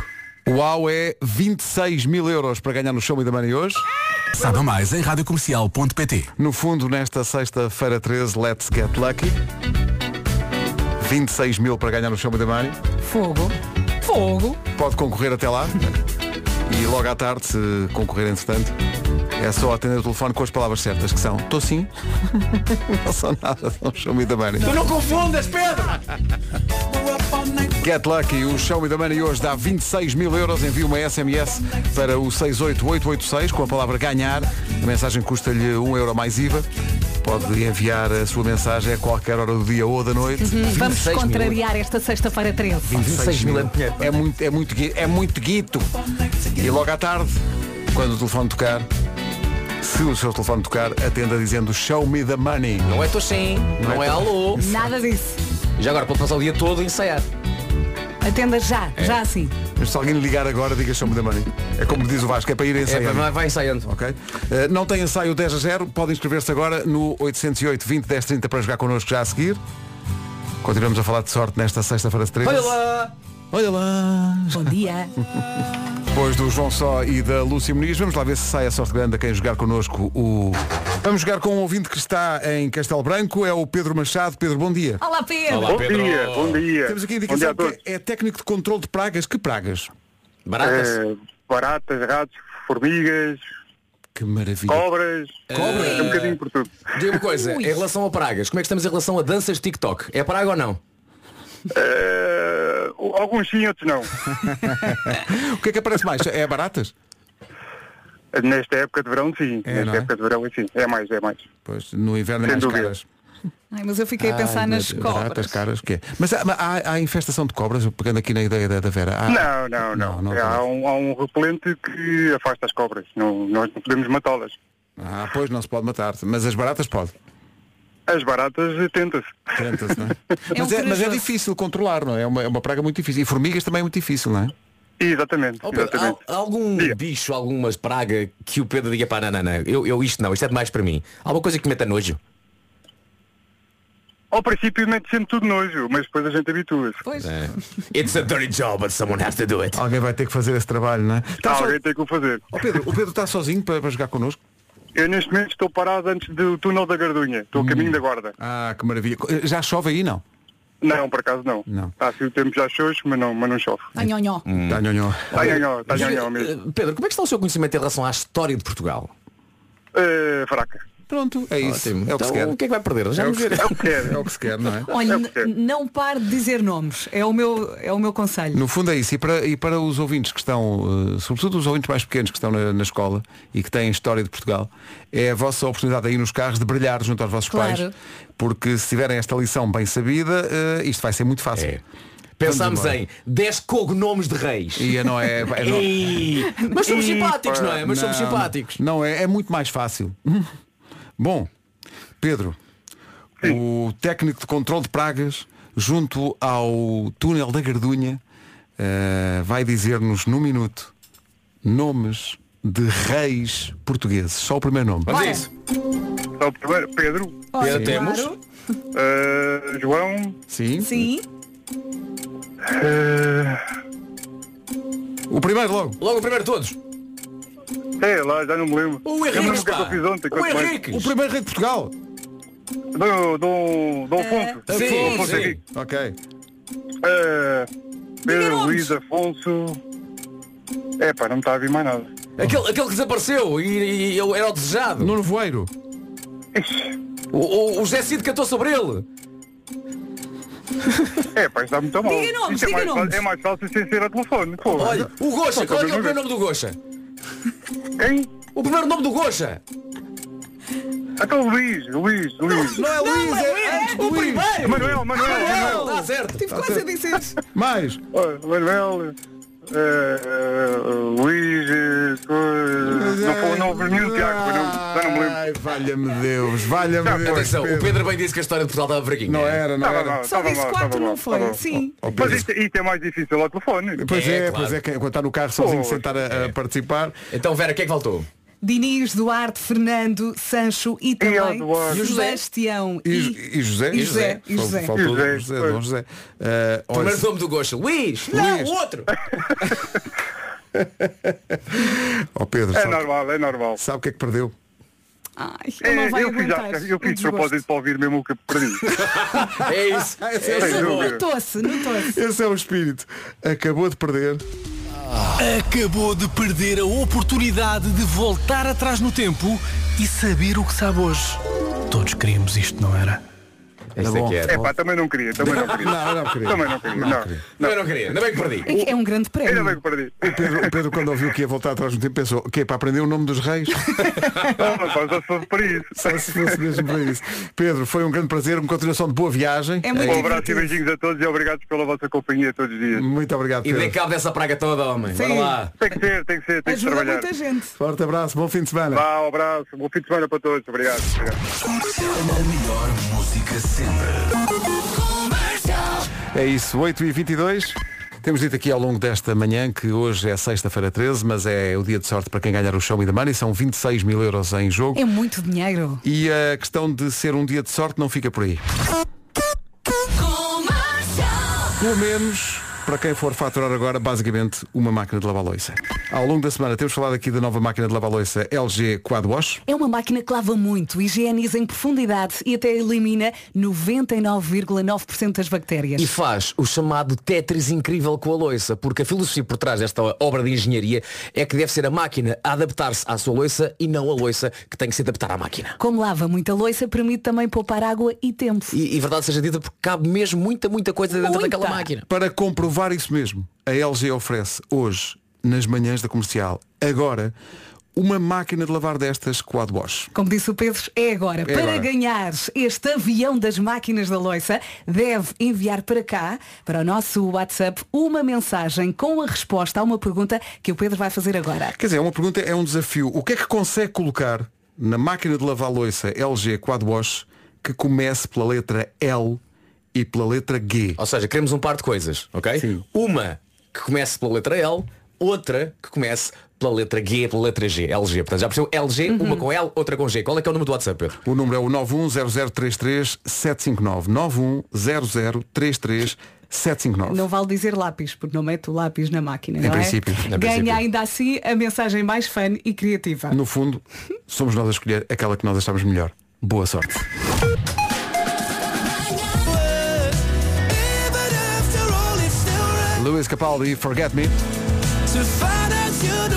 Speaker 1: Uau, é 26 mil euros para ganhar no Show Me da Money hoje.
Speaker 8: Saiba mais em radiocomercial.pt.
Speaker 1: No fundo, nesta sexta-feira 13, let's get lucky. 26 mil para ganhar no Show Me da Money.
Speaker 3: Fogo. Fogo.
Speaker 1: Pode concorrer até lá. E logo à tarde, se concorrer entretanto, é só atender o telefone com as palavras certas, que são Estou sim, não sou nada, não Show Me the Money. Tu não confundas, Pedro! Get Lucky, o Show Me the Money hoje dá 26 mil euros. Envie uma SMS para o 68886 com a palavra ganhar. A mensagem custa-lhe 1 euro mais IVA. Pode enviar a sua mensagem a qualquer hora do dia ou da noite.
Speaker 3: Hum, Vamos
Speaker 7: 26 mil.
Speaker 3: contrariar esta sexta-feira 13.
Speaker 7: 26 mil é dinheiro.
Speaker 1: É muito, é muito, gui- é muito guito. E logo à tarde, quando o telefone tocar, se o seu telefone tocar, atenda dizendo Show me the money.
Speaker 7: Não é tô sim, não, é, alô.
Speaker 3: Nada disso.
Speaker 7: Já agora pode passar o dia todo a ensaiar.
Speaker 3: Atenda já,
Speaker 1: É.
Speaker 3: já assim.
Speaker 1: Mas se alguém lhe ligar agora, diga Show me the money. É como diz o Vasco, é para ir
Speaker 7: É,
Speaker 1: ensaiar.
Speaker 7: vai- vai ensaiando.
Speaker 1: Ok? Eh, não tem ensaio 10 a 0, pode inscrever-se agora no 808 20 10 30 para jogar connosco já a seguir. Continuamos a falar de sorte nesta sexta-feira de 13.
Speaker 7: Olha lá!
Speaker 1: Olha lá!
Speaker 3: Bom dia.
Speaker 1: Depois do João Só e da Lúcia Muniz, vamos lá ver se sai a sorte grande a quem jogar connosco o... Vamos jogar com um ouvinte que está em Castelo Branco, é o Pedro Machado. Pedro, bom dia.
Speaker 3: Olá, Pedro.
Speaker 7: Olá, Pedro.
Speaker 9: bom dia.
Speaker 1: Temos aqui a
Speaker 9: Bom dia
Speaker 1: indicação
Speaker 9: a todos.
Speaker 1: que é técnico de controle de pragas. Que pragas?
Speaker 7: Baratas.
Speaker 9: Eh, baratas, ratos, formigas,
Speaker 1: Que maravilha.
Speaker 9: cobras. Cobras? Um bocadinho por tudo.
Speaker 7: Diga uma coisa, em relação a pragas, como é que estamos em relação a danças de TikTok? É praga ou não?
Speaker 9: Eh, alguns sim, outros não.
Speaker 1: O que é que aparece mais? É baratas?
Speaker 9: Nesta época de verão, sim.
Speaker 1: É, não
Speaker 9: Nesta
Speaker 1: é?
Speaker 9: época de verão, sim. É mais, é mais.
Speaker 1: Pois, no inverno é
Speaker 9: Sem
Speaker 1: mais
Speaker 9: dúvida.
Speaker 1: caras.
Speaker 3: Ai, mas eu fiquei a pensar
Speaker 1: Ai,
Speaker 3: nas
Speaker 1: meu Deus,
Speaker 3: cobras.
Speaker 1: Baratas, caras, que é? Mas há, mas há- há infestação de cobras, eu pegando aqui na ideia da, da Vera. Há-
Speaker 9: Não, não,
Speaker 1: Ah.
Speaker 9: não.
Speaker 1: Não, não
Speaker 9: há,
Speaker 1: parece.
Speaker 9: um, há um repelente que afasta as cobras. Não, nós não podemos matá-las.
Speaker 1: Ah, pois, não se pode matar, mas as baratas pode.
Speaker 9: As baratas eh, tenta-se.
Speaker 1: Tenta-se, não é?
Speaker 3: É um
Speaker 1: mas, é, mas é
Speaker 3: corajoso.
Speaker 1: difícil controlar, não é? É uma, é uma praga muito difícil. E formigas também é muito difícil, não é?
Speaker 9: Exatamente,
Speaker 7: Oh, Pedro,
Speaker 9: exatamente.
Speaker 7: há- há algum
Speaker 9: Diga.
Speaker 7: bicho, alguma praga que o Pedro diga, pá, não, não, não, eu, eu isto não, isto é demais para mim. Alguma coisa que me meta nojo.
Speaker 9: Ao princípio mete sempre tudo nojo, mas depois a gente habitua-se.
Speaker 3: Pois.
Speaker 1: É.
Speaker 7: It's a dirty job, but someone has to do it.
Speaker 1: Alguém vai ter que fazer esse trabalho, não é? Tá só-
Speaker 9: Alguém tem que o fazer.
Speaker 1: Ó Pedro, o Pedro está sozinho para, para jogar connosco?
Speaker 9: Eu neste momento estou parado antes do túnel da Gardunha. Estou a caminho da guarda.
Speaker 1: Ah, que maravilha. Já chove aí, não?
Speaker 9: Não, por acaso não.
Speaker 1: Não.
Speaker 9: Está assim o tempo já chove, mas não, mas não chove.
Speaker 3: Ai, nhó, nhó.
Speaker 1: Tá, nhonhó.
Speaker 9: Está ganhão, está ganhão Ah, mesmo.
Speaker 7: Eh, Pedro, como é que está o seu conhecimento em relação à história de Portugal?
Speaker 9: Eh, fraca.
Speaker 1: Pronto, é isso.
Speaker 7: Ótimo.
Speaker 1: É o que
Speaker 7: então,
Speaker 1: se quer.
Speaker 7: o que é que vai perder? Já vamos ver.
Speaker 9: É o que quer.
Speaker 1: É o que se quer, não é?
Speaker 3: Olha,
Speaker 9: É o que tem.
Speaker 3: n- não pare de dizer nomes. É o meu, é o meu conselho.
Speaker 1: No fundo é isso. E para, e para os ouvintes que estão, eh, sobretudo os ouvintes mais pequenos que estão na, na escola e que têm história de Portugal, é a vossa oportunidade aí nos carros de brilhar junto aos vossos
Speaker 3: Claro.
Speaker 1: pais. Porque se tiverem esta lição bem sabida, eh, isto vai ser muito fácil.
Speaker 7: É. Pensámos
Speaker 1: Vamos
Speaker 7: em 10 cognomes de reis.
Speaker 1: E eh, não é. é não-
Speaker 7: Ei, Mas somos simpáticos, não é? Mas somos
Speaker 1: Não,
Speaker 7: simpáticos.
Speaker 1: Não, é, é muito mais fácil. Bom, Pedro, o técnico de controle de pragas, junto ao túnel da Gardunha, eh, vai dizer-nos num minuto nomes de reis portugueses. Só o primeiro nome.
Speaker 7: Vamos a
Speaker 3: Bora.
Speaker 7: isso.
Speaker 9: Só o primeiro, Pedro,
Speaker 3: Olha, claro.
Speaker 7: Sim. Temos.
Speaker 9: eh, João,
Speaker 1: Sim.
Speaker 3: Sim.
Speaker 9: eh,
Speaker 1: O primeiro logo.
Speaker 7: Logo o primeiro de todos.
Speaker 9: sei É, lá, já não me lembro.
Speaker 7: O
Speaker 9: Eu não
Speaker 7: Henrique.
Speaker 9: lembro o que é que eu fiz ontem.
Speaker 7: O
Speaker 9: quanto mais.
Speaker 7: Henrique.
Speaker 1: O primeiro rei de Portugal.
Speaker 9: Dom, Dom, Dom um Afonso.
Speaker 7: Eh, Sim,
Speaker 9: Afonso
Speaker 7: sim.
Speaker 9: Henrique.
Speaker 1: Ok.
Speaker 9: Eh, Pedro,
Speaker 3: nomes.
Speaker 9: Luís, Afonso. É pá, não me está a vir mais nada.
Speaker 7: Aquele, aquele que desapareceu e, e eu era o desejado.
Speaker 1: No nevoeiro.
Speaker 7: O, o, o José Cid cantou sobre ele.
Speaker 9: É pá, isto está muito mal.
Speaker 3: Diga nomes,
Speaker 9: Isto
Speaker 3: diga
Speaker 9: é, mais
Speaker 3: nomes.
Speaker 9: fácil, é mais fácil sem ser ao telefone. Pô.
Speaker 7: Olha, o Gocha, qual é, que é o primeiro nome do Gocha?
Speaker 9: Hein?
Speaker 7: O primeiro nome do Gocha!
Speaker 9: Até o Então, Luís, Luís, Luís.
Speaker 7: Não é Luís, é,
Speaker 3: é
Speaker 7: antes do primeiro!
Speaker 9: Manuel, Manuel, Manuel.
Speaker 7: Está certo!
Speaker 3: Tive quase a dizer.
Speaker 1: Então Mais.
Speaker 9: Olha, Manuel. eh, eh, Luís, eh, co- não foi não, foi nenhum Tiago, foi não, já não me lembro.
Speaker 1: Ai, valha-me Deus, valha-me Deus.
Speaker 7: Atenção, o Pedro bem disse que a história de Portugal estava fraquinha.
Speaker 1: Não é? era, não
Speaker 9: Estava
Speaker 1: era.
Speaker 9: mal,
Speaker 3: Só
Speaker 9: estava
Speaker 3: disse
Speaker 9: mal,
Speaker 3: quatro,
Speaker 9: estava mal.
Speaker 3: não foi?
Speaker 9: estava mal.
Speaker 3: Sim.
Speaker 1: Oh, Pedro,
Speaker 9: Mas isto, isto é mais difícil ao telefone.
Speaker 1: Pois é,
Speaker 7: É, claro.
Speaker 1: pois é, que- quando está no carro sozinho,
Speaker 9: Pois.
Speaker 1: sentar a, a participar.
Speaker 7: Então, Vera, o que é que faltou?
Speaker 3: Diniz, Duarte, Fernando, Sancho e também
Speaker 9: Eduardo.
Speaker 7: E o José?
Speaker 3: Sebastião
Speaker 1: E,
Speaker 3: e,
Speaker 1: e José?
Speaker 3: e José. E José.
Speaker 1: Fal- Faltou José,
Speaker 9: José,
Speaker 1: José,
Speaker 9: pois.
Speaker 1: Dom José. Ah, olha,
Speaker 7: Primeiro nome do Gocha. Luís! Não, o outro!
Speaker 1: ó Pedro,
Speaker 9: É
Speaker 1: sabe,
Speaker 9: normal, é normal.
Speaker 1: sabe o que é que perdeu?
Speaker 3: Ai,
Speaker 9: É,
Speaker 3: ele Então não vai
Speaker 9: eu fiz,
Speaker 3: aguentar. o
Speaker 9: já, eu fiz de
Speaker 3: desgosto.
Speaker 9: propósito para ouvir mesmo o que perdi.
Speaker 7: É isso!
Speaker 9: Sem dúvida.
Speaker 3: Notou-se, notou-se.
Speaker 1: Esse é o espírito. Acabou de perder.
Speaker 8: Acabou de perder a oportunidade de voltar atrás no tempo e saber o que sabe hoje. Todos queríamos isto, não era?
Speaker 7: Isso é que era.
Speaker 9: É pá, também não queria, também não queria.
Speaker 1: Não, não queria.
Speaker 9: Também não queria, não.
Speaker 7: Não, eu não queria, ainda bem que perdi.
Speaker 3: É que É um grande
Speaker 9: Ainda
Speaker 3: prémio.
Speaker 9: bem que perdi.
Speaker 1: Pedro, o Pedro, quando ouviu que ia voltar atrás no tempo, pensou, o quê? Para aprender o nome dos reis?
Speaker 9: Não, mas só se fosse para isso.
Speaker 1: Só se fosse mesmo para isso. Pedro, foi um grande prazer, uma continuação de boa viagem.
Speaker 3: É muito
Speaker 9: Um abraço e
Speaker 3: divertido.
Speaker 9: beijinhos a todos e obrigados pela vossa companhia todos os dias.
Speaker 1: Muito obrigado,
Speaker 7: E dê
Speaker 1: Pedro.
Speaker 7: cabo dessa praga toda, homem. Bora
Speaker 3: Sim.
Speaker 7: lá.
Speaker 9: Tem que ser, tem que ser, tem que
Speaker 3: Ajuda
Speaker 9: trabalhar.
Speaker 3: muita gente.
Speaker 1: Forte abraço, bom fim de semana.
Speaker 9: Vá, um abraço, bom fim de semana para todos. Obrigado. obrigado.
Speaker 1: É isso, 8h22. Temos dito aqui ao longo desta manhã que hoje é sexta-feira 13, mas é o dia de sorte para quem ganhar o show e da money. São 26 mil euros em jogo.
Speaker 3: É muito dinheiro.
Speaker 1: E a questão de ser um dia de sorte não fica por aí. Pelo menos para quem for faturar agora, basicamente, uma máquina de lavar loiça. Ao longo da semana temos falado aqui da nova máquina de lavar loiça LG Quad Wash.
Speaker 3: É uma máquina que lava muito, higieniza em profundidade e até elimina 99,9% das bactérias.
Speaker 7: E faz o chamado Tetris incrível com a loiça, porque a filosofia por trás desta obra de engenharia é que deve ser a máquina a adaptar-se à sua loiça e não a loiça que tem que se adaptar à máquina.
Speaker 3: Como lava muita loiça, permite também poupar água e tempo.
Speaker 7: E, e verdade seja dita, porque cabe mesmo muita, muita coisa dentro
Speaker 3: Muita.
Speaker 7: daquela máquina.
Speaker 1: Para comprovar isso mesmo, a LG oferece hoje, nas manhãs da comercial, agora, uma máquina de lavar destas Quad Wash.
Speaker 3: Como disse o Pedro, é agora. para
Speaker 1: agora.
Speaker 3: ganhares este avião das máquinas da loiça, deve enviar para cá, para o nosso WhatsApp, uma mensagem com a resposta a uma pergunta que o Pedro vai fazer agora.
Speaker 1: Quer dizer, é uma pergunta, é um desafio. O que é que consegue colocar na máquina de lavar louça LG Quad Wash que comece pela letra L e pela letra G?
Speaker 7: Ou seja, queremos um par de coisas, ok?
Speaker 1: Sim.
Speaker 7: Uma que comece pela letra L, outra que comece pela letra G, pela letra G, LG. Portanto, já percebeu? LG, uma com L, outra com G. Qual é que é o número do WhatsApp, Pedro?
Speaker 1: O número é o 910033759. 910033759.
Speaker 3: Não vale dizer lápis, porque não mete o lápis na máquina, não
Speaker 1: princípio.
Speaker 3: é?
Speaker 1: Em
Speaker 3: Ganha
Speaker 7: princípio.
Speaker 3: ainda assim a mensagem mais fã e criativa.
Speaker 1: No fundo, somos nós a escolher aquela que nós achamos melhor. Boa sorte. Luís Capaldi, Forget Me.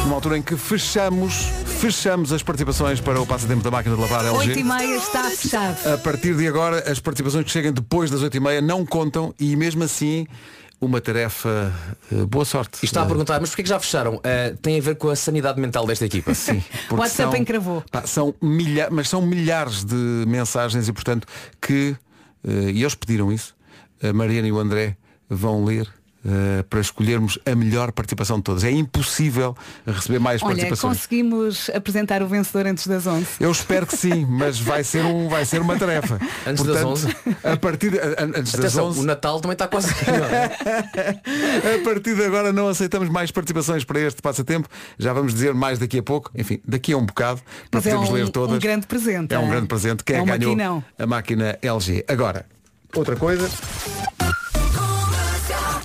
Speaker 1: Numa altura em que fechamos, fechamos as participações para o passatempo da máquina de lavar LG.
Speaker 3: 8 e meia está fechado.
Speaker 1: A partir de agora, as participações que cheguem depois das 8h30 não contam e mesmo assim, uma tarefa. eh, boa sorte.
Speaker 7: E está a
Speaker 1: Eh,
Speaker 7: perguntar, mas porquê que já fecharam? Ah, tem a ver com a sanidade mental desta equipa. Sim.
Speaker 1: porque
Speaker 3: WhatsApp
Speaker 1: são-
Speaker 3: encravou.
Speaker 1: pá, são milha, mas são milhares de mensagens e portanto que eh, e eles pediram isso. A Mariana e o André vão ler. eh, para escolhermos a melhor participação de todas. É impossível receber mais
Speaker 3: Olha,
Speaker 1: participações.
Speaker 3: conseguimos apresentar o vencedor antes das 11.
Speaker 1: Eu espero que sim, mas vai ser, um, vai ser uma tarefa.
Speaker 7: Antes das 11?
Speaker 1: A partir, de- a- antes das
Speaker 7: Atenção,
Speaker 1: 11,
Speaker 7: o Natal também está quase aqui, não é?
Speaker 1: A partir de agora não aceitamos mais participações para este passatempo. Já vamos dizer mais daqui a pouco. Enfim, daqui a um bocado, para
Speaker 3: Mas é
Speaker 1: podermos
Speaker 3: um-
Speaker 1: ler todas.
Speaker 3: um grande presente,
Speaker 1: É
Speaker 3: é?
Speaker 1: um grande presente. Quem
Speaker 3: É um
Speaker 1: ganhou
Speaker 3: maquinão.
Speaker 1: a máquina LG. Agora, outra coisa.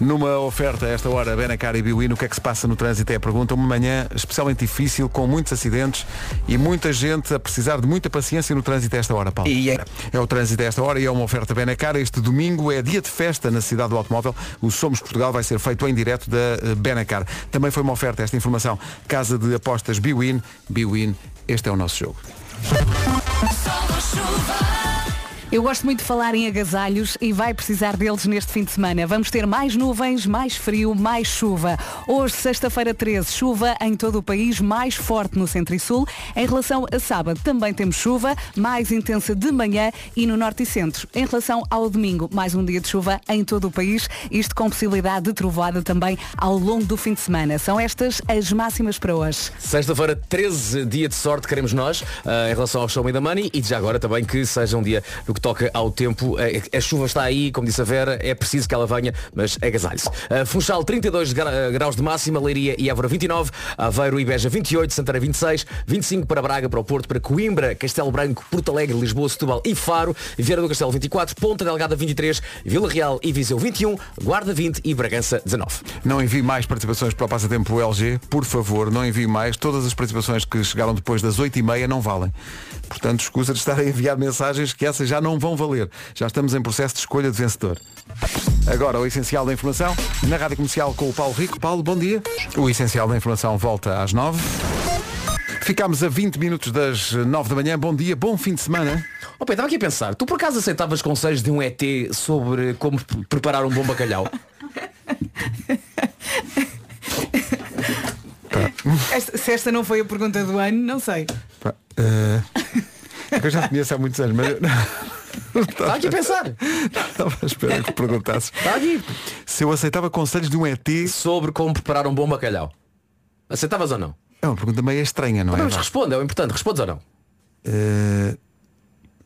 Speaker 1: Numa oferta, a esta hora, Benacar e Biwin, o que é que se passa no trânsito é a pergunta. Uma manhã especialmente difícil, com muitos acidentes e muita gente a precisar de muita paciência no trânsito a esta hora, Paulo.
Speaker 4: E é-
Speaker 1: É o trânsito a esta hora e é uma oferta Benacar. Este domingo é dia de festa na cidade do automóvel. O Somos Portugal vai ser feito em direto da eh, Benacar. Também foi uma oferta esta informação. Casa de apostas Biwin. Biwin, este é o nosso jogo.
Speaker 3: Eu gosto muito de falar em agasalhos e vai precisar deles neste fim de semana. Vamos ter mais nuvens, mais frio, mais chuva. Hoje, sexta-feira 13, chuva em todo o país, mais forte no centro e sul. Em relação a sábado, também temos chuva, mais intensa de manhã e no norte e centro. Em relação ao domingo, mais um dia de chuva em todo o país, isto com possibilidade de trovoada também ao longo do fim de semana. São estas as máximas para hoje.
Speaker 7: Sexta-feira, 13, dia de sorte, queremos nós, ah, em relação ao Show Me the Money e já agora também que seja um dia no que toca ao tempo. A, a chuva está aí, como disse a Vera, é preciso que ela venha, mas agasalhe-se. Ah, Funchal, 32 gra- ah, graus de máxima, Leiria e Évora 29, Aveiro e Beja 28, Santana 26, 25 para Braga, para o Porto, para Coimbra, Castelo Branco, Porto Alegre, Lisboa, Setúbal e Faro, Vieira do Castelo 24, Ponta Delgada 23, Vila Real e Viseu 21, Guarda 20 e Bragança 19.
Speaker 1: Não envie mais participações para o Passatempo LG, por favor, não envie mais. Todas as participações que chegaram depois das 8h30 não valem. Portanto, escusa de estar a enviar mensagens que essas já não vão valer. Já estamos em processo de escolha de vencedor. Agora, o essencial da informação, na Rádio Comercial com o Paulo Rico. Paulo, bom dia. O essencial da informação volta às 9 Ficámos a 20 minutos das 9 da manhã. Bom dia, bom fim de semana.
Speaker 7: Oh, Pedro, estava aqui a pensar, tu por acaso aceitavas conselhos de um ET sobre como pre- preparar um bom bacalhau?
Speaker 3: Esta- se esta não foi a pergunta do ano, não sei.
Speaker 1: Pá, eh, é que Eu já te conheço há muitos anos, mas eu
Speaker 7: Estava aqui a pensar.
Speaker 1: estava à espera que perguntasses.
Speaker 7: Estava aqui.
Speaker 1: Se eu aceitava conselhos de um ET,
Speaker 7: Sobre como preparar um bom bacalhau. Aceitavas ou não?
Speaker 1: é uma pergunta meio estranha, não é?
Speaker 7: Mas
Speaker 1: Vasco?
Speaker 7: responde, é o importante, respondes ou não?
Speaker 1: Eh,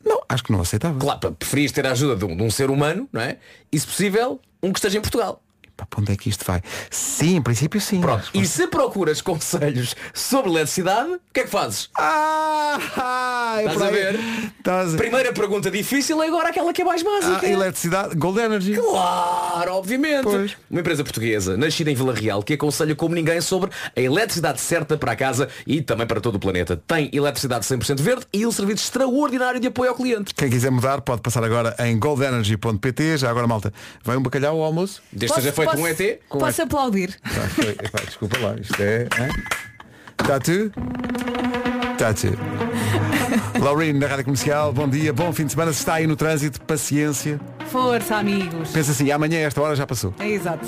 Speaker 1: não, acho que não aceitava.
Speaker 7: Claro, pá, preferias ter a ajuda de um, de um ser humano, não é? E se possível, um que esteja em Portugal.
Speaker 1: Pá, para onde é que isto vai? Sim, em princípio sim.
Speaker 7: Pronto. E se procuras conselhos sobre eletricidade, o que é que fazes?
Speaker 1: Ah, é
Speaker 7: Estás
Speaker 1: por
Speaker 7: a
Speaker 1: aí.
Speaker 7: ver?
Speaker 1: Estás a ver?
Speaker 7: Primeira pergunta difícil é agora aquela que é mais básica.
Speaker 1: Ah, eletricidade, Gold Energy.
Speaker 7: Claro, obviamente.
Speaker 1: Pois.
Speaker 7: Uma empresa portuguesa, nascida em Vila Real, que aconselha como ninguém sobre a eletricidade certa para a casa e também para todo o planeta. Tem eletricidade 100% verde e um serviço extraordinário de apoio ao cliente.
Speaker 1: Quem quiser mudar pode passar agora em goldenergy.pt. Já agora, malta, vai um bacalhau ao almoço?
Speaker 7: Desde que seja feito um ET,
Speaker 3: posso aplaudir?
Speaker 2: Pá, foi- pá, desculpa lá, isto é. hã?
Speaker 1: Tatu? Tatu. Laurine, na Rádio Comercial, bom dia, bom fim de semana. Se está aí no trânsito, paciência.
Speaker 3: Força, amigos.
Speaker 1: Pensa assim, amanhã a esta hora já passou.
Speaker 3: É exato.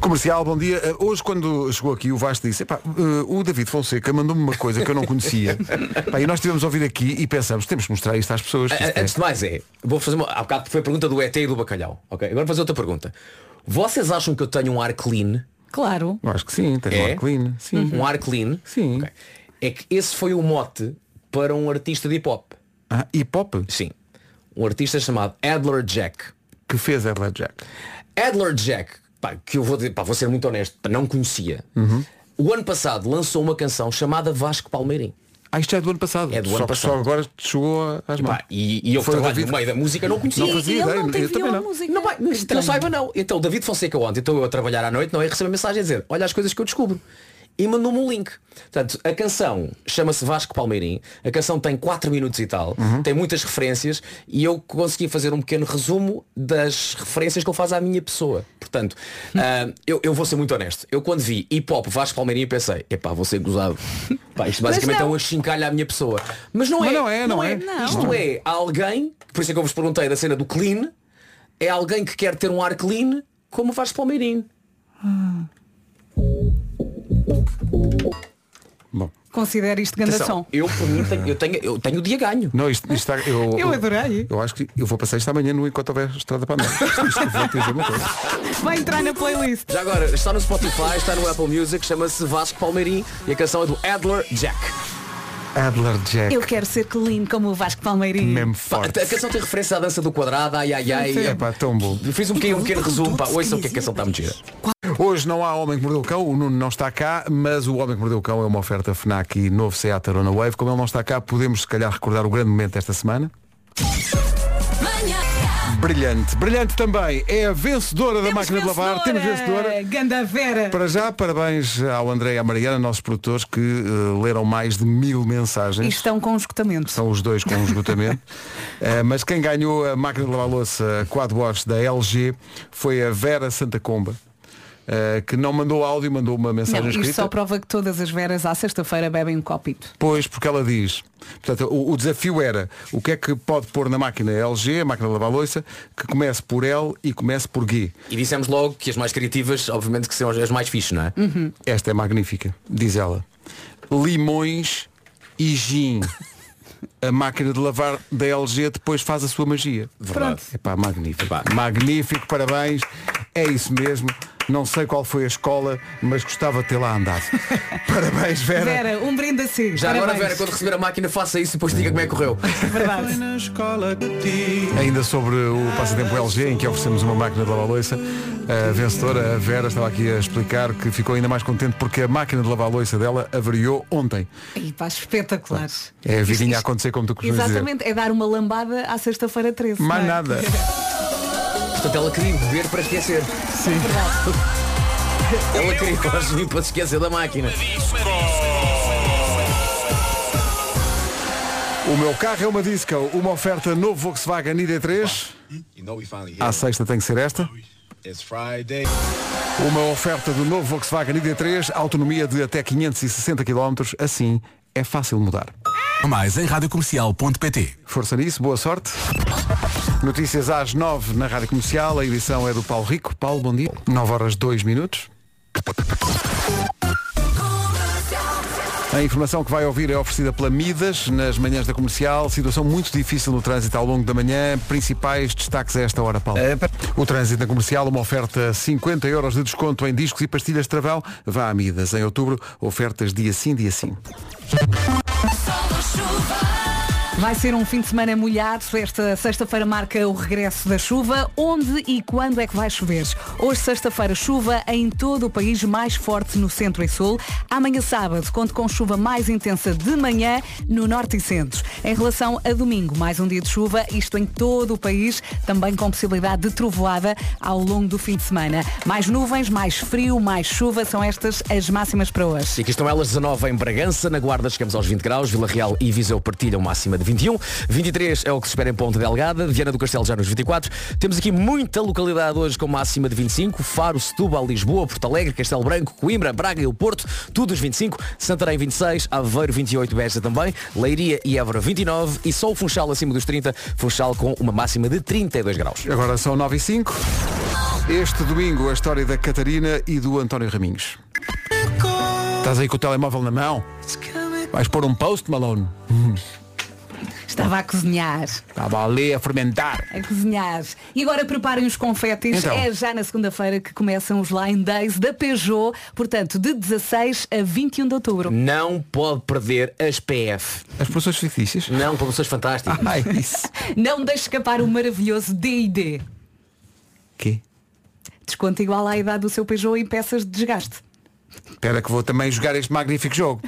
Speaker 1: Comercial, bom dia. Eh, Hoje, quando chegou aqui, o Vasco disse, "Epá, eh, o David Fonseca mandou-me uma coisa que eu não conhecia. Pá, e nós tivemos a ouvir aqui e pensamos, temos que mostrar isto às pessoas. que
Speaker 7: A- a-
Speaker 1: isto é-
Speaker 7: Antes de mais é, vou fazer uma. Há bocado foi a pergunta do ET e do bacalhau. Ok, agora vou fazer outra pergunta. Vocês acham que eu tenho um ar clean?
Speaker 3: Claro.
Speaker 1: Eu acho que sim, tem
Speaker 7: É?
Speaker 1: é? clean. Sim.
Speaker 7: Um ar clean?
Speaker 1: Sim.
Speaker 7: Ok. É que esse foi o mote para um artista de hip hop.
Speaker 1: Ah, e Pop,
Speaker 7: Sim. Um artista chamado Adler Jack.
Speaker 1: que fez Adler Jack.
Speaker 7: Adler Jack, pá, que eu vou, dizer, pá, vou ser muito honesto, pá, não conhecia. O ano passado lançou uma canção chamada Vasco Palmeirim.
Speaker 1: Ah, isto já é do ano passado.
Speaker 7: É do
Speaker 1: só,
Speaker 7: ano
Speaker 1: que
Speaker 7: passado.
Speaker 1: Só agora chegou às mãos.
Speaker 7: Pá, e, e eu que
Speaker 1: Foi o
Speaker 7: trabalho
Speaker 1: David-
Speaker 7: no meio da música não conhecia.
Speaker 1: Não fazia
Speaker 3: e ele
Speaker 1: ideia,
Speaker 3: não te
Speaker 1: eu
Speaker 3: enviou
Speaker 1: também
Speaker 3: a
Speaker 1: não.
Speaker 3: música.
Speaker 7: Não, vai, mas que eu
Speaker 3: Estranho.
Speaker 7: saiba não. Então, David Fonseca ontem, estou eu a trabalhar à noite, não é? Recebo uma mensagem a dizer, olha as coisas que eu descubro. E mandou-me um link. Portanto, a canção chama-se Vasco Palmeirim. A canção tem 4 minutos e tal. Tem muitas referências. E eu consegui fazer um pequeno resumo das referências que ele faz à minha pessoa. Portanto,
Speaker 3: Hum.
Speaker 7: ah, eu, eu vou ser muito honesto. Eu quando vi hip hop Vasco Palmeirim pensei, epá, vou ser gozado. Pá, isto basicamente é
Speaker 3: não.
Speaker 7: um achincalho à minha pessoa. Mas não é.
Speaker 1: Mas não é, não é.
Speaker 3: Não.
Speaker 7: Isto é alguém, por isso é que eu vos perguntei da cena do clean, é alguém que quer ter um ar clean como faz Palmeirinho.
Speaker 1: Bom.
Speaker 3: Considero isto grande som.
Speaker 7: Eu, por mim, tenho, eu, tenho, eu tenho o dia ganho.
Speaker 1: Não, isto, isto está. Eu,
Speaker 3: Eu adorei.
Speaker 1: Eu acho que eu vou passar isto amanhã no enquanto houver estrada para andar. Isto, isto vou te dizer uma coisa.
Speaker 3: Vai entrar na playlist.
Speaker 7: Já agora, está no Spotify, está no Apple Music, chama-se Vasco Palmeirim e a canção é do Adler Jack.
Speaker 1: Adler Jack.
Speaker 3: Eu quero ser clean como o Vasco Palmeirinho.
Speaker 1: Mesmo
Speaker 7: Pá,
Speaker 1: forte.
Speaker 7: a canção tem referência à dança do quadrado, ai ai ai.
Speaker 1: É pá, tão bom. Então,
Speaker 7: Eu Fiz um pequeno, um pequeno resumo, pá, ouçam o que é que a canção está a medir.
Speaker 1: Hoje não há Homem que Mordeu o Cão, o Nuno não está cá, mas o Homem que Mordeu o Cão é uma oferta FNAC e novo Seat Arona Wave. Como ele não está cá, podemos se calhar recordar o grande momento desta semana. Brilhante. Brilhante também. É a vencedora da máquina de lavar. Temos vencedora.
Speaker 3: Ganda Vera.
Speaker 1: Para já, parabéns ao André e à Mariana, nossos produtores, que eh, leram mais de mil mensagens.
Speaker 3: E estão com esgotamento.
Speaker 1: São os dois com um esgotamento. Eh, mas quem ganhou a máquina de lavar louça Quad Wash da LG foi a Vera Santa Comba, eh, que não mandou áudio, mandou uma mensagem
Speaker 3: Não, isto
Speaker 1: escrita.
Speaker 3: só prova que todas as veras à sexta-feira bebem um copito.
Speaker 1: Pois, porque ela diz. Portanto, o, o desafio era o que é que pode pôr na máquina LG, a máquina de lavar louça, que comece por L e comece por G.
Speaker 7: E dissemos logo que as mais criativas, obviamente, que são as- as mais fixes, não é?
Speaker 1: Esta é magnífica, diz ela. Limões e gin. A máquina de lavar da LG depois faz a sua magia.
Speaker 3: Verdade.
Speaker 1: Epá, magnífico.
Speaker 7: Epá.
Speaker 1: Magnífico, parabéns. É isso mesmo. Não sei qual foi a escola, mas gostava de ter lá andado. parabéns, Vera.
Speaker 3: Vera, um brinde a si.
Speaker 7: Já
Speaker 1: É
Speaker 7: agora,
Speaker 3: Parabéns.
Speaker 7: Vera, quando receber a máquina, faça isso e depois diga como é que correu.
Speaker 3: Verdade.
Speaker 1: Ainda sobre o passatempo LG, em que oferecemos uma máquina de lavar louça, a vencedora, a Vera, estava aqui a explicar que ficou ainda mais contente porque a máquina de lavar louça dela avariou ontem.
Speaker 3: E pá, espetacular.
Speaker 1: É a vidinha a
Speaker 3: Isto-
Speaker 1: acontecer como tu costumas dizer.
Speaker 3: Exatamente, é dar uma lambada à sexta-feira 13.
Speaker 1: Mais
Speaker 3: não é?
Speaker 1: nada.
Speaker 7: Portanto, ela queria beber para esquecer. Sim. Ela queria consumir para se esquecer da máquina.
Speaker 1: O meu carro é uma disco, uma oferta novo Volkswagen ID3. À sexta tem que ser esta. Uma oferta do novo Volkswagen ID3, autonomia de até 560 km, assim é fácil mudar.
Speaker 8: Mais em radiocomercial.pt
Speaker 1: Força nisso, boa sorte. Notícias às 9 na Rádio Comercial, a edição é do Paulo Rico. Paulo, bom dia. 9 horas 2 minutos. A informação que vai ouvir é oferecida pela Midas nas manhãs da comercial. Situação muito difícil no trânsito ao longo da manhã. Principais destaques a esta hora, Paulo.
Speaker 4: Eh, para-
Speaker 1: O trânsito na comercial, uma oferta 50 euros de desconto em discos e pastilhas de travão. Vá a Midas. Em outubro, ofertas dia sim, dia sim.
Speaker 3: Vai ser um fim de semana molhado. Esta sexta-feira marca o regresso da chuva. Onde e quando é que vai chover? Hoje, sexta-feira, chuva em todo o país, mais forte no centro e sul. Amanhã, sábado, conto com chuva mais intensa de manhã no norte e centro. Em relação a domingo, mais um dia de chuva, isto em todo o país, também com possibilidade de trovoada ao longo do fim de semana. Mais nuvens, mais frio, mais chuva, são estas as máximas para hoje.
Speaker 7: E aqui estão elas, 19 em Bragança, na Guarda chegamos aos 20 graus, Vila Real e Viseu partilham máxima de 21, 23 é o que se espera em Ponta Delgada, Viana do Castelo já nos 24, temos aqui muita localidade hoje com máxima de 25, Faro, Setúbal, Lisboa, Porto Alegre, Castelo Branco, Coimbra, Braga e o Porto, tudo os 25, Santarém 26, Aveiro 28, Beja também, Leiria e Évora 29 e só o Funchal acima dos 30, Funchal com uma máxima de 32 graus.
Speaker 1: Agora são 9 e 5. Este domingo a história da Catarina e do António Raminhos. Estás aí com o telemóvel na mão? Vais pôr um post, Malone?
Speaker 3: Estava a cozinhar.
Speaker 1: Estava ali a fermentar.
Speaker 3: a cozinhar. E agora preparem os confetes.
Speaker 1: Então.
Speaker 3: É já na segunda-feira que começam os Line Days da Peugeot, portanto, de 16 a 21 de outubro.
Speaker 7: Não pode perder as PF.
Speaker 1: As pessoas fictícias?
Speaker 7: Não, promoções fantásticas.
Speaker 1: Ah, isso.
Speaker 3: Não deixe escapar o maravilhoso D&D.
Speaker 1: Quê?
Speaker 3: Desconto igual à idade do seu Peugeot em peças de desgaste.
Speaker 1: Espera que vou também jogar este magnífico jogo.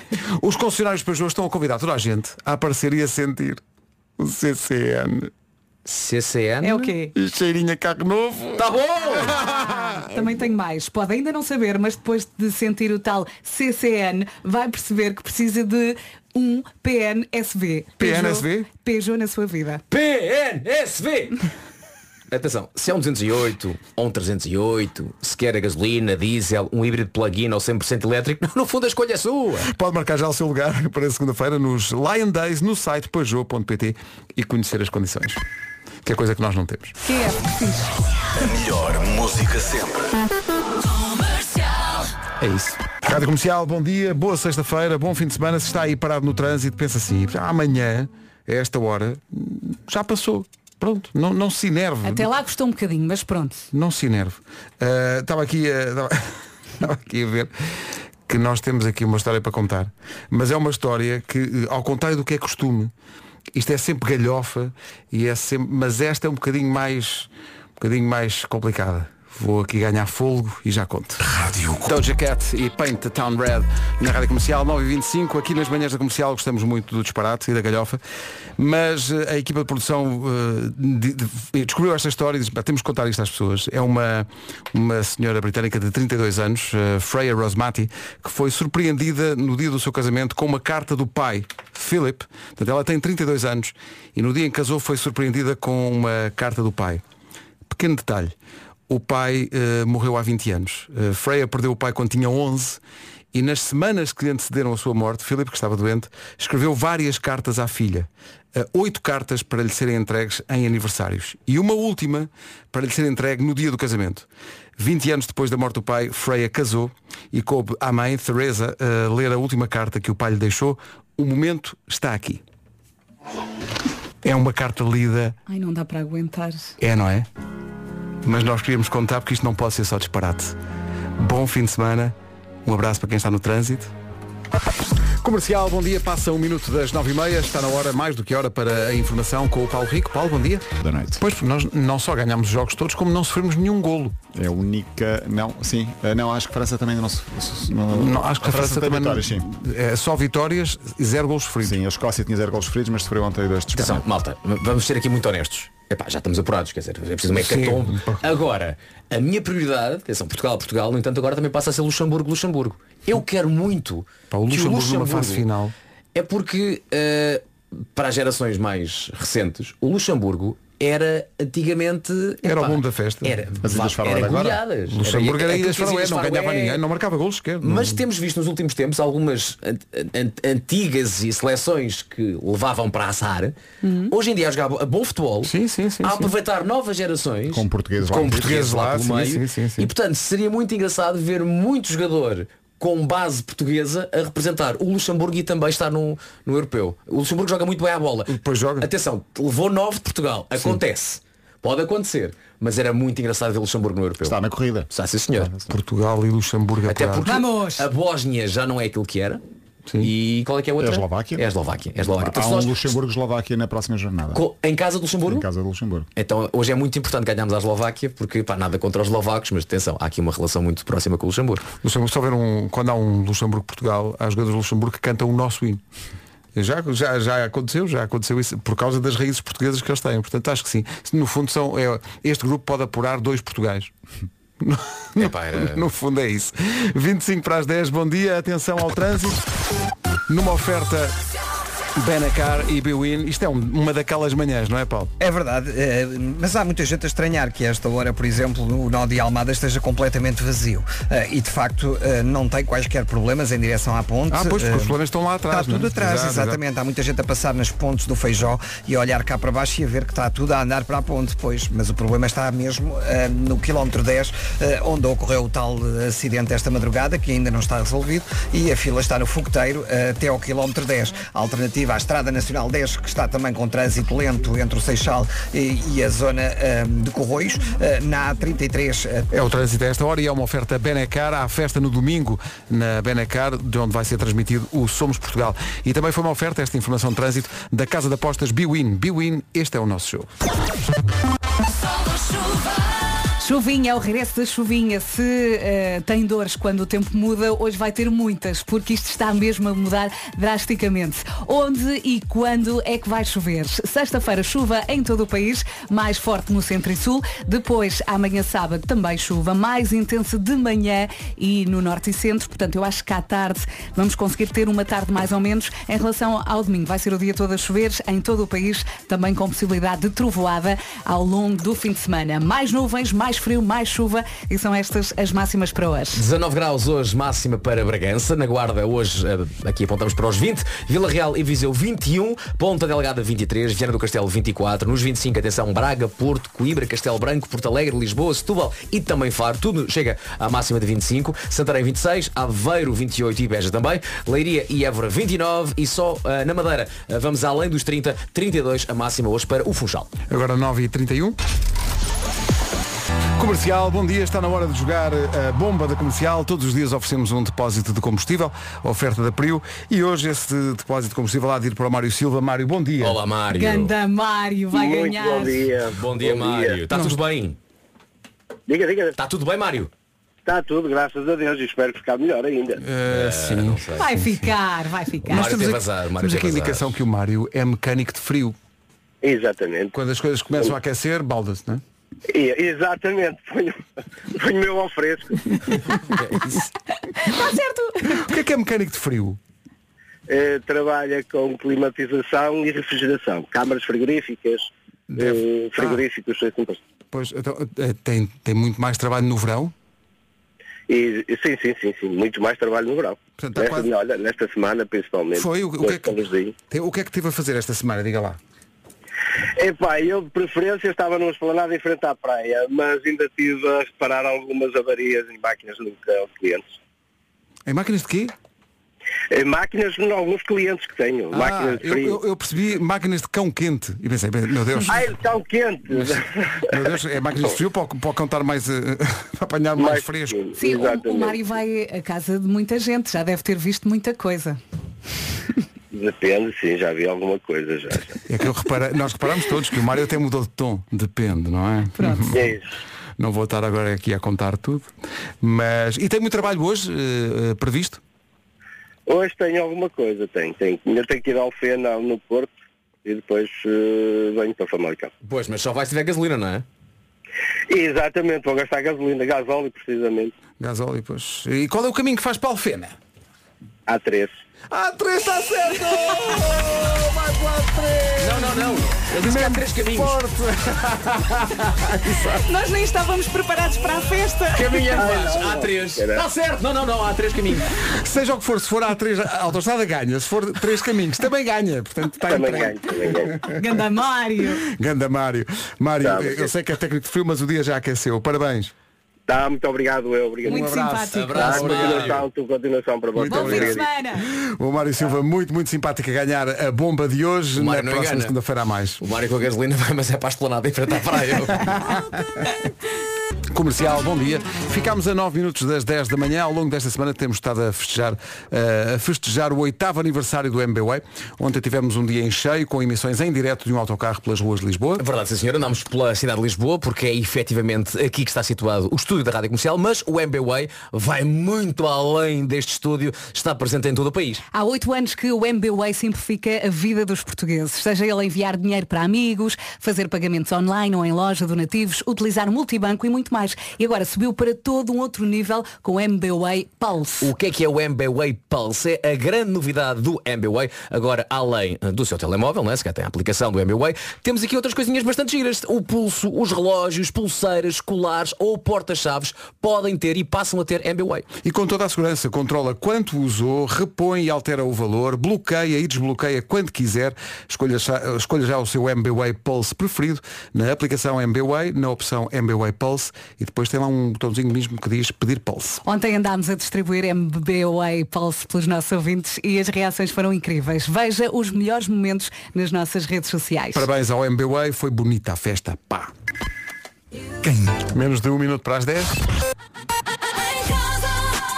Speaker 1: Os concessionários Peugeot estão a convidar toda a gente a aparecer e a sentir o CCN.
Speaker 7: CCN.
Speaker 3: É o quê?
Speaker 1: E cheirinho a carro novo.
Speaker 7: Tá bom!
Speaker 3: Também tenho mais. Pode ainda não saber, mas depois de sentir o tal CCN, vai perceber que precisa de um PNSV.
Speaker 1: PNSV?
Speaker 3: Peugeot, Peugeot na sua vida.
Speaker 7: PNSV! Atenção, se é um 208 ou um 308, se quer a gasolina, diesel, um híbrido plug-in ou 100% elétrico, no fundo a escolha é sua.
Speaker 1: Pode marcar já o seu lugar para segunda-feira nos Lion Days no site peugeot.pt e conhecer as condições. Que é coisa que nós não temos.
Speaker 3: Que é fixe.
Speaker 1: É isso. Rádio Comercial, bom dia, boa sexta-feira, bom fim de semana. Se está aí parado no trânsito, pensa assim, "Já amanhã, a esta hora, já passou. Pronto, não, não se enerve.
Speaker 3: Até lá custou um bocadinho, mas pronto.
Speaker 1: Não se enerve. Ah, Estava aqui, a- estava- estava aqui a ver que nós temos aqui uma história para contar. Mas é uma história que, eh, ao contrário do que é costume, isto é sempre galhofa, e é sempre, mas esta é um bocadinho mais, um bocadinho mais complicada. Vou aqui ganhar fogo e já conto. Rádio Doja Cat e Paint the Town Red na Rádio Comercial 9h25. Aqui nas manhãs da comercial gostamos muito do disparate e da galhofa. Mas eh, a equipa de produção eh, de- de- descobriu esta história e disse, "Pá, temos que contar isto às pessoas. É uma, uma senhora britânica de 32 anos, eh, Freya Rosmati, que foi surpreendida no dia do seu casamento com uma carta do pai, Philip. Portanto, ela tem 32 anos e no dia em que casou foi surpreendida com uma carta do pai. Pequeno detalhe. O pai eh, morreu há 20 anos. Eh, Freya perdeu o pai quando tinha 11 e nas semanas que lhe antecederam a sua morte, Philip, que estava doente, escreveu várias cartas à filha. Eh, oito cartas para lhe serem entregues em aniversários. E uma última para lhe ser entregue no dia do casamento. 20 anos depois da morte do pai, Freya casou e coube à mãe, Teresa, eh, ler a última carta que o pai lhe deixou. O momento está aqui. É uma carta lida
Speaker 3: Ai, não dá para aguentar.
Speaker 1: é, não é? Mas nós queríamos contar porque isto não pode ser só disparate. Bom fim de semana. Um abraço para quem está no trânsito. Comercial, bom dia. Passa um minuto das nove e meia. Está na hora, mais do que hora, para a informação com o Paulo Rico. Paulo, bom dia.
Speaker 10: da noite.
Speaker 1: Pois, nós não só ganhámos os jogos todos, como não sofremos nenhum golo.
Speaker 10: É a única. Não, sim. Ah, Não, acho que França também não se. se- não-
Speaker 1: Não, acho que a França,
Speaker 10: tem
Speaker 1: também não-
Speaker 10: vitórias, sim.
Speaker 1: É, só vitórias e zero golos sofridos.
Speaker 10: Sim, a Escócia tinha zero gols feridos, mas sofreu ontem dois de Espanha.
Speaker 1: Tá
Speaker 7: Atenção, malta, v- vamos ser aqui muito honestos. Epá, já estamos apurados, quer dizer, é preciso uma
Speaker 1: um
Speaker 7: hecatombe. Agora, a minha prioridade, atenção, Portugal, Portugal, no entanto, agora também passa a ser Luxemburgo, Luxemburgo. Eu quero muito
Speaker 1: Pá, o
Speaker 7: que
Speaker 1: Luxemburgo numa fase final.
Speaker 7: É porque, eh, para as gerações mais recentes, o Luxemburgo era antigamente...
Speaker 1: Era o
Speaker 7: epá,
Speaker 1: mundo da festa.
Speaker 7: Era,
Speaker 10: As Ilhas
Speaker 7: vá,
Speaker 10: Faroé
Speaker 7: era
Speaker 10: agora?
Speaker 7: goleadas.
Speaker 1: Luxemburgo era,
Speaker 7: aquilo
Speaker 1: Ilhas
Speaker 7: é que as
Speaker 1: Faroé, não
Speaker 7: Faroé-
Speaker 1: ganhava ninguém, não marcava golos sequer.
Speaker 7: mas temos visto nos últimos tempos algumas an- an- antigas e seleções que levavam para assar, hoje em dia a jogar bo- bom futebol,
Speaker 1: Uhum. Sim, sim, sim,
Speaker 7: a
Speaker 1: sim.
Speaker 7: aproveitar novas gerações
Speaker 10: Com portugueses lá.
Speaker 7: com portugueses lá,
Speaker 1: Portugueses
Speaker 7: pelo
Speaker 1: lá,
Speaker 7: meio,
Speaker 1: sim, sim, sim, sim.
Speaker 7: e portanto seria muito engraçado ver muito jogador com base portuguesa a representar o Luxemburgo e também estar no, no europeu. O Luxemburgo joga muito bem à bola.
Speaker 1: Depois joga.
Speaker 7: Atenção, levou 9 de Portugal. Acontece. Pode acontecer. Mas era muito engraçado ver o Luxemburgo no europeu.
Speaker 10: Está na corrida.
Speaker 7: Está, sim senhor.
Speaker 1: Portugal e Luxemburgo
Speaker 7: Até
Speaker 1: apurados.
Speaker 7: porque
Speaker 3: Vamos!
Speaker 7: a Bósnia já não é aquilo que era.
Speaker 1: Sim.
Speaker 7: E qual é que é a outra?
Speaker 10: É a Eslováquia.
Speaker 7: É a Eslováquia. É a Eslováquia.
Speaker 1: então
Speaker 10: Há
Speaker 7: Portanto,
Speaker 10: um
Speaker 7: nós-
Speaker 10: Luxemburgo-Eslováquia na próxima jornada.
Speaker 7: co- Em casa do Luxemburgo?
Speaker 10: Em casa de Luxemburgo.
Speaker 7: Então hoje é muito importante ganharmos a Eslováquia porque pá, nada contra os eslovacos, mas atenção, há aqui uma relação muito próxima com o Luxemburgo.
Speaker 1: Luxemburgo, se houver um, quando há um Luxemburgo-Portugal, há jogadores do Luxemburgo que cantam o nosso hino. Já, já, já aconteceu, já aconteceu isso por causa das raízes portuguesas que eles têm. Portanto, acho que sim. No fundo, são, é- este grupo pode apurar dois Portugais. No,
Speaker 7: Epá, era-
Speaker 1: no fundo é isso. 25 para as 10, bom dia, atenção ao trânsito. Numa oferta Benacar e Bwin. Isto é um- uma daquelas manhãs, não é Paulo?
Speaker 4: É verdade, eh, mas há muita gente a estranhar que a esta hora, por exemplo, o nó de Almada esteja completamente vazio. Eh, E de facto eh, não tem quaisquer problemas em direção à ponte.
Speaker 1: Ah, pois, porque
Speaker 4: Eh,
Speaker 1: os problemas estão lá atrás,
Speaker 4: Está
Speaker 1: não
Speaker 4: tudo
Speaker 1: é?
Speaker 4: atrás,
Speaker 1: Exato,
Speaker 4: exatamente. Há muita gente a passar nas pontes do Feijó e a olhar cá para baixo e a ver que está tudo a andar para a ponte, pois. Mas o problema está mesmo eh, no quilómetro 10, eh, onde ocorreu o tal eh, acidente esta madrugada, que ainda não está resolvido, e a fila está no fogueteiro eh, até ao quilómetro 10. A alternativa à Estrada Nacional 10, que está também com trânsito lento entre o Seixal e, e a zona eh, de Corroios, eh, na A33 eh,
Speaker 1: É o trânsito a esta hora e é uma oferta Benacar. Há festa no domingo na Benacar, de onde vai ser transmitido o Somos Portugal. E também foi uma oferta, esta informação de trânsito, da Casa de Apostas Biwin. Biwin, este é o nosso jogo.
Speaker 3: Chuvinha, é o regresso da chuvinha. Se eh, tem dores quando o tempo muda, hoje vai ter muitas, porque isto está mesmo a mudar drasticamente. Onde e quando é que vai chover? Sexta-feira, chuva em todo o país, mais forte no centro e sul. Depois, amanhã sábado, também chuva, mais intensa de manhã e no norte e centro. Portanto, eu acho que à tarde vamos conseguir ter uma tarde mais ou menos. Em relação ao domingo, vai ser o dia todo a chover em todo o país, também com possibilidade de trovoada ao longo do fim de semana. Mais nuvens, mais frio, mais chuva e são estas as máximas para hoje.
Speaker 7: 19 graus hoje, máxima para Bragança. Na Guarda, hoje, eh, aqui apontamos para os 20. Vila Real e Viseu, 21. Ponta Delgada, 23. Viana do Castelo, 24. Nos 25, atenção, Braga, Porto, Coimbra, Castelo Branco, Porto Alegre, Lisboa, Setúbal e também Faro. Tudo chega à máxima de 25. Santarém, 26. Aveiro, 28 e Beja também. Leiria e Évora, 29. E só eh, na Madeira, eh, vamos além dos 30. 32 a máxima hoje para o Funchal.
Speaker 1: Agora 9h31. Comercial, bom dia, está na hora de jogar a bomba da comercial. Todos os dias oferecemos um depósito de combustível, oferta da Priu. E hoje esse depósito de combustível há de ir para o Mário Silva. Mário, bom dia.
Speaker 7: Olá, Mário.
Speaker 3: Ganda Mário vai
Speaker 9: Muito
Speaker 3: ganhar.
Speaker 9: bom dia.
Speaker 7: Tá Bom dia, Mário. Está tudo bem?
Speaker 9: Diga, diga.
Speaker 7: Está Tá tudo bem, Mário?
Speaker 9: Está tudo, graças a Deus. E espero ficar melhor ainda.
Speaker 1: Eh, sim.
Speaker 3: Vai ficar, vai ficar.
Speaker 7: Mário
Speaker 1: temos
Speaker 7: tem
Speaker 1: aqui-
Speaker 7: bazar, Mário
Speaker 1: temos
Speaker 7: tem
Speaker 1: aqui a
Speaker 7: bazar.
Speaker 1: indicação que o Mário é mecânico de frio.
Speaker 9: Exatamente.
Speaker 1: Quando as coisas começam a aquecer, balda-se, não é?
Speaker 9: E- exatamente. Ponho, ponho meu ao fresco.
Speaker 3: Está certo.
Speaker 1: O que é que é mecânico de frio?
Speaker 9: Eh, trabalha com climatização e refrigeração. Câmaras frigoríficas, eh, frigoríficos, sei lá.
Speaker 1: Pois, então, eh, tem, tem muito mais trabalho no verão?
Speaker 9: E, e sim, sim, sim, sim. Muito mais trabalho no verão.
Speaker 1: Portanto, tá
Speaker 9: nesta,
Speaker 1: quase-
Speaker 9: olha, nesta semana principalmente.
Speaker 1: Foi? O, o que é
Speaker 9: neste calorzinho.
Speaker 1: que, tem- o que é que tive a fazer esta semana? Diga lá.
Speaker 9: Epá, eu de preferência estava numa esplanada em frente à praia, mas ainda estive a reparar algumas avarias em máquinas de eh, clientes.
Speaker 1: Em máquinas de quê?
Speaker 9: Em máquinas, em alguns clientes que tenho.
Speaker 1: Ah,
Speaker 9: máquinas de
Speaker 1: eu,
Speaker 9: frio.
Speaker 1: eu- eu percebi máquinas de cão quente. E pensei, bem, meu Deus.
Speaker 9: Ai, estão quentes.
Speaker 1: Meu Deus, é máquinas de frio para, o- para o cão estar mais. eh, para apanhar mais, fresco.
Speaker 3: Sim, o, o
Speaker 9: Exatamente.
Speaker 3: Mário vai à casa de muita gente, já deve ter visto muita coisa.
Speaker 9: Depende, sim, já vi alguma coisa já.
Speaker 1: É que eu repara, nós reparamos todos que o Mário até mudou de tom. Depende, não é?
Speaker 3: Pronto.
Speaker 9: É isso.
Speaker 1: Não vou estar agora aqui a contar tudo. Mas. E tem muito trabalho hoje eh, eh, previsto?
Speaker 9: Hoje tenho alguma coisa, tenho, tenho. Ainda tenho que ir ao Fena no Porto e depois eh, venho para Famalicão.
Speaker 7: Pois, mas só vai se tiver gasolina, não é?
Speaker 9: Exatamente, vou gastar gasolina, gasóleo precisamente.
Speaker 1: Gasóleo, pois. E qual é o caminho que faz para a Alfena?
Speaker 9: Há três.
Speaker 1: Ah, três está certo! Vai para a três!
Speaker 7: Não, não, não. Ele disse que há três caminhos.
Speaker 1: Forte!
Speaker 3: Nós nem estávamos preparados para a festa.
Speaker 7: Caminho é mais. Há três. Está certo. Não, não, não. Há três caminhos.
Speaker 1: Seja o que for, se for a A3, a autostrada ganha. Se for três caminhos, também ganha. Portanto, está
Speaker 3: Tá
Speaker 9: Também
Speaker 1: entregue.
Speaker 9: ganho, também ganho.
Speaker 3: Ganda Mário.
Speaker 1: Ganda Mário. Mário,
Speaker 9: Tá,
Speaker 1: eu
Speaker 9: ok.
Speaker 1: sei que é técnico de frio, mas o dia já aqueceu. Parabéns.
Speaker 9: Tá, muito obrigado, eu, obrigado.
Speaker 3: Muito
Speaker 1: abraço.
Speaker 3: simpático.
Speaker 9: Tá,
Speaker 7: Abraço, Mário.
Speaker 9: continuação, tu continuação para vocês.
Speaker 1: Muito
Speaker 3: Bom fim de
Speaker 1: obrigado.
Speaker 3: semana.
Speaker 1: O Mário Silva, muito, muito simpático a ganhar a bomba de hoje.
Speaker 7: Tá. O
Speaker 1: Na
Speaker 7: Mário não
Speaker 1: próxima
Speaker 7: engana.
Speaker 1: segunda-feira a mais.
Speaker 7: O Mário com a gasolina vai, mas é para a esplanada em frente à praia.
Speaker 1: Comercial, bom dia. Ficámos a 9 minutos das 10 da manhã. Ao longo desta semana temos estado a festejar, eh, a festejar o oitavo aniversário do MBWay. Ontem tivemos um dia em cheio com emissões em direto de um autocarro pelas ruas de Lisboa.
Speaker 7: É Verdade, sim senhor, andamos pela cidade de Lisboa porque é efetivamente aqui que está situado o estúdio da Rádio Comercial, mas o MBWay vai muito além deste estúdio, está presente em todo o país.
Speaker 3: Há oito anos que o MBWay simplifica a vida dos portugueses. Seja ele enviar dinheiro para amigos, fazer pagamentos online ou em loja, donativos, utilizar multibanco e muito mais. E agora subiu para todo um outro nível com o MBWay Pulse.
Speaker 1: Uh.
Speaker 7: O que é que é o MBWay Pulse? É a grande novidade do MBWay. Agora, além eh, do seu telemóvel, né? se calhar tem a aplicação do MBWay, temos aqui outras coisinhas bastante giras. O pulso, os relógios, pulseiras, colares ou portas-chaves podem ter e passam a ter MBWay.
Speaker 1: E com toda a segurança, controla quanto usou, repõe e altera o valor, bloqueia e desbloqueia quando quiser. Escolha, já- escolha já o seu MBWay Pulse preferido na aplicação MBWay, na opção MBWay Pulse e depois tem lá um botãozinho mesmo que diz pedir Pulse.
Speaker 3: Ontem andámos a distribuir MBWay Pulse pelos nossos ouvintes e as reações foram incríveis. Veja os melhores momentos nas nossas redes sociais.
Speaker 1: Parabéns ao MBWay, foi bonita a festa, pá. Menos de um minuto para as 10.
Speaker 11: Em casa,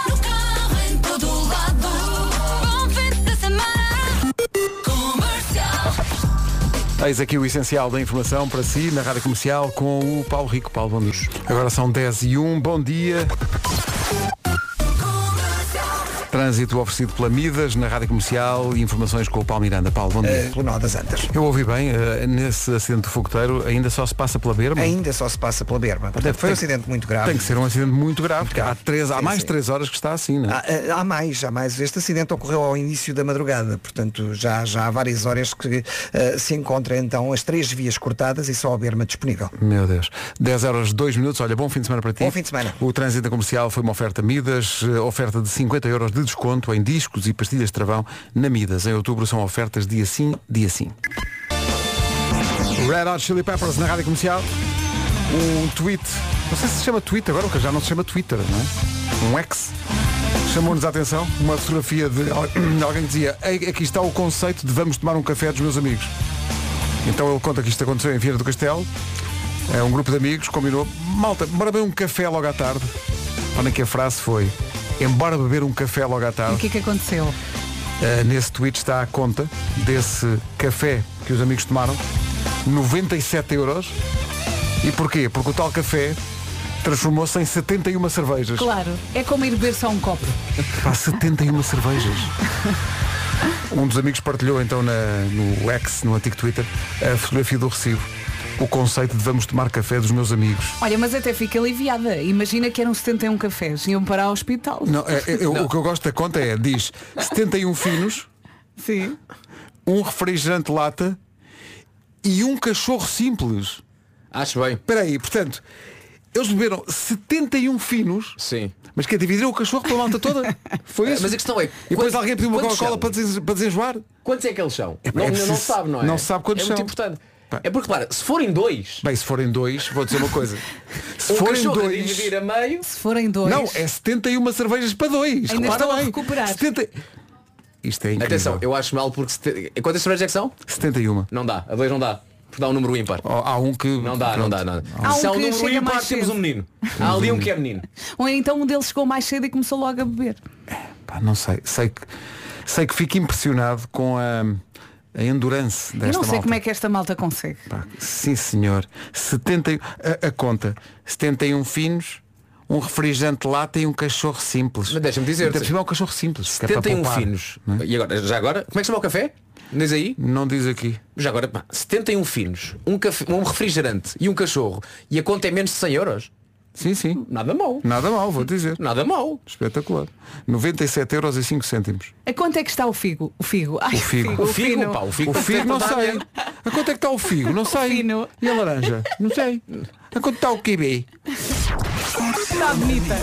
Speaker 11: no carro, em todo lado. Bom fim de semana. Comercial.
Speaker 1: Eis aqui o essencial da informação para si na Rádio Comercial com o Paulo Rico. Paulo, bom dia. Agora são 10 e 1, bom dia. Trânsito oferecido pela Midas na Rádio Comercial e informações com o Paulo Miranda. Paulo, bom
Speaker 4: eh,
Speaker 1: dia.
Speaker 4: pelo Nó das Antas.
Speaker 1: Eu ouvi bem, eh, nesse acidente do fogueteiro ainda só se passa pela berma?
Speaker 4: Ainda só se passa pela berma. Portanto, foi um acidente muito grave.
Speaker 1: Tem que ser um acidente muito grave, porque há, três, há
Speaker 4: Sim,
Speaker 1: mais de
Speaker 4: sim.
Speaker 1: 3 horas que está assim, não é?
Speaker 4: Há, eh, há- há mais, há mais. Este acidente ocorreu ao início da madrugada, portanto já, já há várias horas que eh, se encontram então as três vias cortadas e só a berma disponível.
Speaker 1: Meu Deus. 10 horas, 2 minutos. Olha, bom fim de semana para ti.
Speaker 4: Bom fim de semana.
Speaker 1: O trânsito comercial foi uma oferta Midas, eh, oferta de 50 euros de desconto em discos e pastilhas de travão na Midas. Em outubro são ofertas dia sim, dia sim. Red Hot Chili Peppers na rádio comercial. Um tweet. Não sei se se chama tweet agora, porque já não se chama Twitter, não é? Um X. Chamou-nos a atenção uma fotografia de al- alguém que dizia "Ei, aqui está o conceito de vamos tomar um café dos meus amigos. Então ele conta que isto aconteceu em Vieira do Castelo. É um grupo de amigos, combinou. Malta, bora beber um café logo à tarde. Olha que a frase foi. Embora beber um café logo à
Speaker 3: O
Speaker 1: tarde.
Speaker 3: que é que aconteceu?
Speaker 1: Uh, nesse tweet está a conta desse café que os amigos tomaram, 97 euros. E porquê? Porque o tal café transformou-se em 71 cervejas.
Speaker 3: Claro, é como ir beber só um copo.
Speaker 1: Pá, 71 cervejas. Um dos amigos partilhou então na- no X, no antigo Twitter, a fotografia do recibo. O conceito de vamos tomar café dos meus amigos.
Speaker 3: Olha, mas até fico aliviada. Imagina que um eram 71 cafés. Iam para o hospital.
Speaker 1: Não, é- é- eu- O que eu gosto da conta é, diz 71 finos,
Speaker 3: Sim.
Speaker 1: um refrigerante lata e um cachorro simples.
Speaker 7: Acho bem.
Speaker 1: Espera aí, portanto, eles beberam 71 finos.
Speaker 7: Sim.
Speaker 1: Mas quer dividir o cachorro pela malta toda? Foi isso?
Speaker 7: Mas a questão é,
Speaker 1: E depois
Speaker 7: quantos-
Speaker 1: alguém pediu uma
Speaker 7: quantos
Speaker 1: Coca-Cola
Speaker 7: são?
Speaker 1: para, desen, para desenjoar?
Speaker 7: Quantos é que eles são?
Speaker 1: É,
Speaker 7: não,
Speaker 1: é
Speaker 7: não- não
Speaker 1: preciso-
Speaker 7: sabe, não é?
Speaker 1: não sabe quantos
Speaker 7: é muito
Speaker 1: são.
Speaker 7: importante. É porque, claro, se forem dois,
Speaker 1: Bem, se forem dois, vou dizer uma coisa. Se
Speaker 7: um
Speaker 1: forem
Speaker 7: cachorro a
Speaker 1: dois.
Speaker 7: dividir a meio,
Speaker 3: Se forem dois.
Speaker 1: Não, é 71 cervejas para dois.
Speaker 3: Ainda
Speaker 1: Repara
Speaker 3: estão a
Speaker 1: bem.
Speaker 3: recuperar.
Speaker 1: 70... Isto é incrível.
Speaker 7: atenção, eu acho mal porque... Se te... Quantas cervejas é que são?
Speaker 1: 71.
Speaker 7: Não dá, a dois não dá. Porque dá um número ímpar.
Speaker 1: Oh, há um que.
Speaker 7: Não dá,
Speaker 1: pronto.
Speaker 7: não
Speaker 1: Oh,
Speaker 7: dá, não dá.
Speaker 3: Há um
Speaker 7: Se há um
Speaker 3: que
Speaker 7: número
Speaker 3: chega
Speaker 7: ímpar,
Speaker 3: mais
Speaker 7: temos
Speaker 3: cedo.
Speaker 7: um menino. Há ali um que é menino.
Speaker 3: Ou então um deles chegou mais cedo e começou logo a beber.
Speaker 1: Pá, não sei. Sei que, sei que fico impressionado com a, a endurance desta
Speaker 3: eu não sei
Speaker 1: malta.
Speaker 3: como é que esta malta consegue.
Speaker 1: Pá, sim senhor. 71. A, a conta. 71 finos, um refrigerante lata e um cachorro simples.
Speaker 7: Mas deixa-me dizer-te.
Speaker 1: Ainda por cima é um cachorro simples. que é para
Speaker 7: 71
Speaker 1: poupar,
Speaker 7: finos.
Speaker 1: não é?
Speaker 7: um E agora, já agora, como é que se chama o café? Diz aí.
Speaker 1: Não diz aqui.
Speaker 7: Já agora, pá, 71 finos, um, café, um refrigerante e um cachorro e a conta é menos de 100 euros.
Speaker 1: Sim, sim.
Speaker 7: Nada mal.
Speaker 1: Nada mal, vou dizer.
Speaker 7: Nada mal.
Speaker 1: Espetacular. 97 euros e 5 cêntimos.
Speaker 3: A quanto é que está o figo? O figo. Ai,
Speaker 1: O figo.
Speaker 7: O figo, pá, o figo,
Speaker 1: O figo não
Speaker 7: Tá
Speaker 1: sei.
Speaker 7: bem.
Speaker 1: A quanto é que está o figo? Não sei.
Speaker 3: fino.
Speaker 1: E a laranja? Não sei. A quanto está o kiwi?
Speaker 3: Está bonita.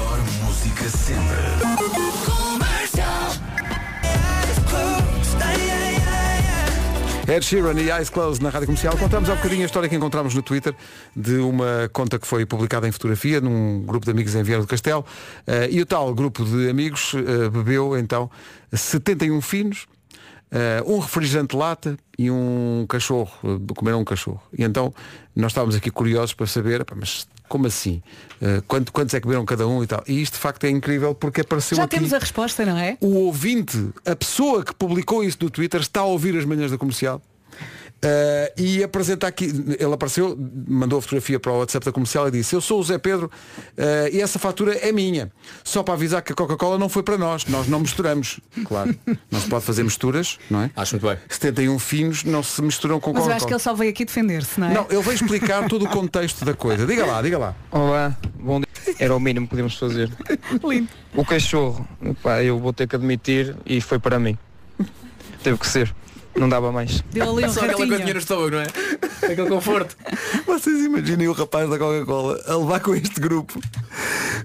Speaker 1: Ed Sheeran e Eyes Closed na Rádio Comercial. Contamos há bocadinho a história que encontramos no Twitter de uma conta que foi publicada em fotografia num grupo de amigos em Vieira do Castelo. Eh, e o tal grupo de amigos eh, bebeu então 71 finos, eh, um refrigerante lata e um cachorro. eh, comeram um cachorro. E então nós estávamos aqui curiosos para saber, "Epá, mas como assim? Eh, quanto- quantos é que beberam cada um e tal? E isto de facto é incrível porque apareceu
Speaker 3: Já
Speaker 1: aqui
Speaker 3: temos a resposta, não é?
Speaker 1: o ouvinte, a pessoa que publicou isso no Twitter, está a ouvir as manhãs da comercial. eh, e apresenta aqui, ele apareceu, mandou a fotografia para o WhatsApp da comercial e disse, eu sou o Zé Pedro eh, e essa fatura é minha. Só para avisar que a Coca-Cola não foi para nós, nós não misturamos. Claro, não se pode fazer misturas, não é?
Speaker 7: Acho muito bem.
Speaker 1: 71 finos não se misturam com
Speaker 3: Mas eu
Speaker 1: Coca-Cola.
Speaker 3: acho que ele só veio aqui defender-se, não é?
Speaker 1: Não, ele vai explicar todo o contexto da coisa. Diga lá, diga lá.
Speaker 12: Olá, bom dia. Era o mínimo que podíamos fazer.
Speaker 3: Lindo.
Speaker 12: O cachorro, pá, eu vou ter que admitir e foi para mim. Teve que ser. Não dava mais.
Speaker 3: Deu ali um
Speaker 7: Só aquela coisinha no
Speaker 3: ratinho.
Speaker 7: estômago, não é? Aquele conforto.
Speaker 1: Vocês imaginem o rapaz da Coca-Cola a levar com este grupo.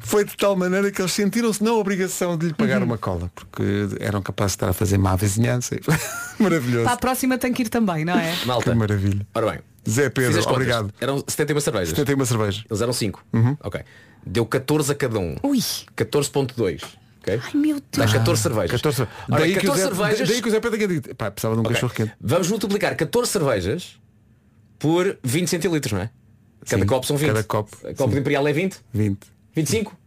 Speaker 1: Foi de tal maneira que eles sentiram-se na obrigação de lhe pagar uma cola, porque eram capazes de estar a fazer má vizinhança. Maravilhoso.
Speaker 3: Para a próxima tem que ir também, não é?
Speaker 7: Malta.
Speaker 1: Que maravilha.
Speaker 7: Ora bem.
Speaker 1: Zé
Speaker 7: fiz
Speaker 1: Pedro,
Speaker 7: as contas.
Speaker 1: obrigado. Uhum.
Speaker 7: Eram 71 cervejas.
Speaker 1: 71 cerveja.
Speaker 7: Eles eram 5. Ok. Deu 14 a cada um.
Speaker 3: Ui.
Speaker 7: 14.2 ok?
Speaker 3: Ai meu
Speaker 7: Dá
Speaker 3: Deus.
Speaker 7: 14 cervejas.
Speaker 1: 14,
Speaker 7: Ora,
Speaker 1: daí, que o
Speaker 7: 14
Speaker 1: Zé,
Speaker 7: cervejas.
Speaker 1: daí que o Zé Pedro tinha dito. Pá, precisava de um
Speaker 7: Ok.
Speaker 1: cachorro quente.
Speaker 7: Vamos multiplicar 14 cervejas por 20 centilitros, não é? Cada
Speaker 1: Sim,
Speaker 7: copo são 20.
Speaker 1: cada copo,
Speaker 7: A copo
Speaker 1: sim.
Speaker 7: de Imperial é 20?
Speaker 1: 20.
Speaker 7: 25?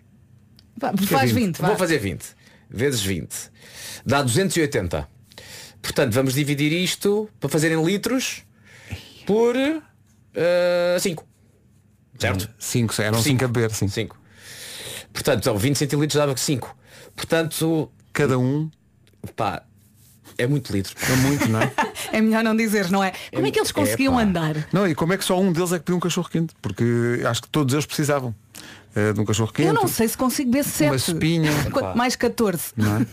Speaker 3: Vá, Faz
Speaker 1: 20,
Speaker 3: 20, vá.
Speaker 7: Vou fazer 20. Vezes 20. Dá 280. Portanto, vamos dividir isto para fazer em litros por 5. certo?
Speaker 1: 5, eram
Speaker 7: Cinco.
Speaker 1: 5 Hum. um a beber, sim.
Speaker 7: 5. Portanto, são 20 centilitros dava 5. Portanto,
Speaker 1: Cada um
Speaker 7: pá, é muito litro.
Speaker 1: é muito, não é?
Speaker 3: É melhor não dizer, não é? Como é que eles conseguiam
Speaker 7: Epá.
Speaker 3: andar?
Speaker 1: não, e como é que só um deles é que pediu um cachorro quente? Porque acho que todos eles precisavam eh, de um cachorro quente.
Speaker 3: Eu não sei se consigo ver 7.
Speaker 1: Uma espinha.
Speaker 3: Quanto mais 14.
Speaker 1: não é?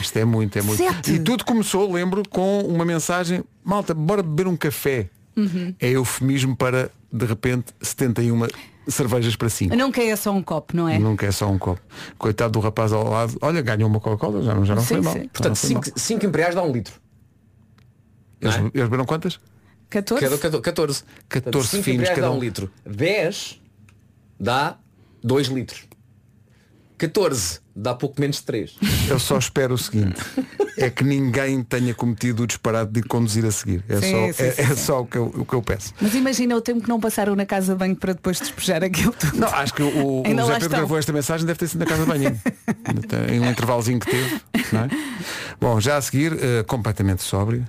Speaker 1: Isto é muito, é muito.
Speaker 3: Sete.
Speaker 1: E tudo começou, lembro, com uma mensagem, malta, bora beber um café.
Speaker 3: Uhum.
Speaker 1: É eufemismo para, de repente, 71 cervejas para 5.
Speaker 3: Nunca é só um copo, não é?
Speaker 1: Nunca é só um copo. Coitado do rapaz ao lado, olha, ganhou uma Coca-Cola, já, não- já não
Speaker 3: Sim,
Speaker 1: foi mal.
Speaker 3: sim.
Speaker 1: Já
Speaker 7: Portanto,
Speaker 1: não foi mal.
Speaker 7: 5 imperiais dá um litro.
Speaker 1: Eles,
Speaker 7: não é?
Speaker 1: eles beberam quantas?
Speaker 3: 14?
Speaker 7: Cada, cada, 14.
Speaker 1: 14
Speaker 7: Cinco
Speaker 1: finos
Speaker 7: imperiais
Speaker 1: cada
Speaker 7: dá
Speaker 1: um.
Speaker 7: um litro. 10 dá 2 litros. 14 dá pouco menos de 3.
Speaker 1: Eu só espero o seguinte, é que ninguém tenha cometido o disparate de conduzir a seguir. É
Speaker 3: Sim,
Speaker 1: só,
Speaker 3: sim,
Speaker 1: é,
Speaker 3: sim,
Speaker 1: é
Speaker 3: sim.
Speaker 1: só o, que eu, o que eu peço.
Speaker 3: Mas imagina o tempo que não passaram na casa de banho para depois despejar aquilo tudo.
Speaker 1: Não, ah, acho que o, o José
Speaker 3: Ainda lá
Speaker 1: Pedro
Speaker 3: estão.
Speaker 1: gravou esta mensagem deve ter sido na casa de banho. em um intervalozinho que teve. não é? Bom, já a seguir, eh, completamente sóbrio.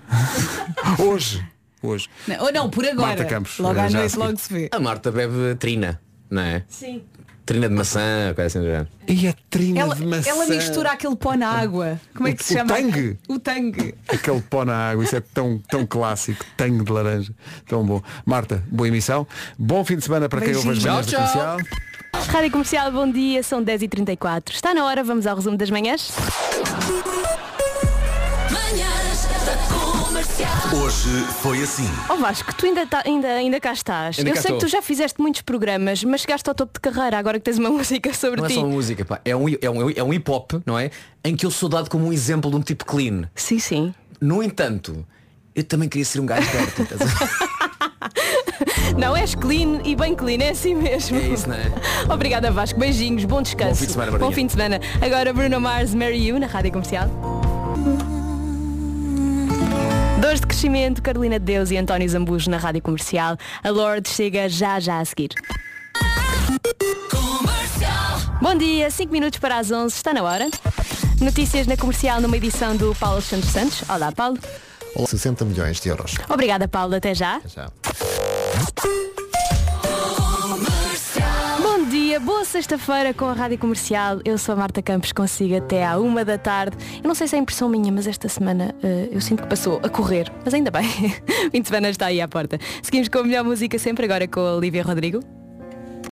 Speaker 1: hoje. Hoje.
Speaker 3: Não, ou não, por agora.
Speaker 1: Marta Campos,
Speaker 3: logo
Speaker 1: eh,
Speaker 3: à
Speaker 1: já a
Speaker 3: noite
Speaker 1: seguir.
Speaker 3: logo se vê.
Speaker 7: A Marta bebe trina, não é?
Speaker 13: Sim.
Speaker 7: Trina de maçã, coisa assim do género.
Speaker 1: E a trina
Speaker 3: Ela,
Speaker 1: de maçã.
Speaker 3: ela mistura aquele pó na água. Como é que
Speaker 1: O-
Speaker 3: se
Speaker 1: o
Speaker 3: chama?
Speaker 1: tangue?
Speaker 3: O tangue.
Speaker 1: Aquele pó na água, isso é tão, tão clássico, tango de laranja. Tão bom. Marta, boa emissão. Bom fim de semana para quem ouve as manhãs da
Speaker 9: Beijinhos. Tchau, tchau.
Speaker 1: comercial.
Speaker 9: Rádio Comercial, bom dia, são 10h34. Está na hora, vamos ao resumo das manhãs.
Speaker 14: Manhãs da comercial.
Speaker 15: Hoje foi assim.
Speaker 9: Ó Oh, Vasco, tu ainda, tá- ainda, ainda cá estás.
Speaker 7: Ainda
Speaker 9: Eu
Speaker 7: cá
Speaker 9: sei que
Speaker 7: estou.
Speaker 9: tu já fizeste muitos programas, mas chegaste ao topo de carreira agora que tens uma música sobre
Speaker 7: Não é
Speaker 9: ti.
Speaker 7: só uma música, pá. É um, é um, é um hip hop, não é? Em que eu sou dado como um exemplo de um tipo clean.
Speaker 9: Sim, sim.
Speaker 7: No entanto, eu também queria ser um gajo perto. estás a ver?
Speaker 9: Não és clean e bem clean, é assim mesmo.
Speaker 7: É isso, não é?
Speaker 9: Obrigada Vasco, beijinhos, bom
Speaker 7: Bom
Speaker 9: descanso.
Speaker 7: fim de semana, Maria.
Speaker 9: Bom fim de semana. Agora Bruno Mars, Mary You na Rádio Comercial. Dores de crescimento, Carolina de Deus e António Zambujo na Rádio Comercial. A Lourdes chega já já a seguir. Bom dia, 5 minutos para as 11, está na hora. Notícias na Comercial numa edição do Paulo Santos Santos. Olá Paulo.
Speaker 4: Olá, 60 milhões de euros.
Speaker 9: Obrigada Paulo, até já.
Speaker 4: Já.
Speaker 9: Bom dia, boa sexta-feira com a Rádio Comercial. Eu sou a Marta Campos, consigo até à uma da tarde. Eu não sei se é impressão minha, mas esta semana eh, eu sinto que passou a correr, mas ainda bem. O fim de semana está aí à porta. Seguimos com a melhor música sempre agora com a Olivia Rodrigo.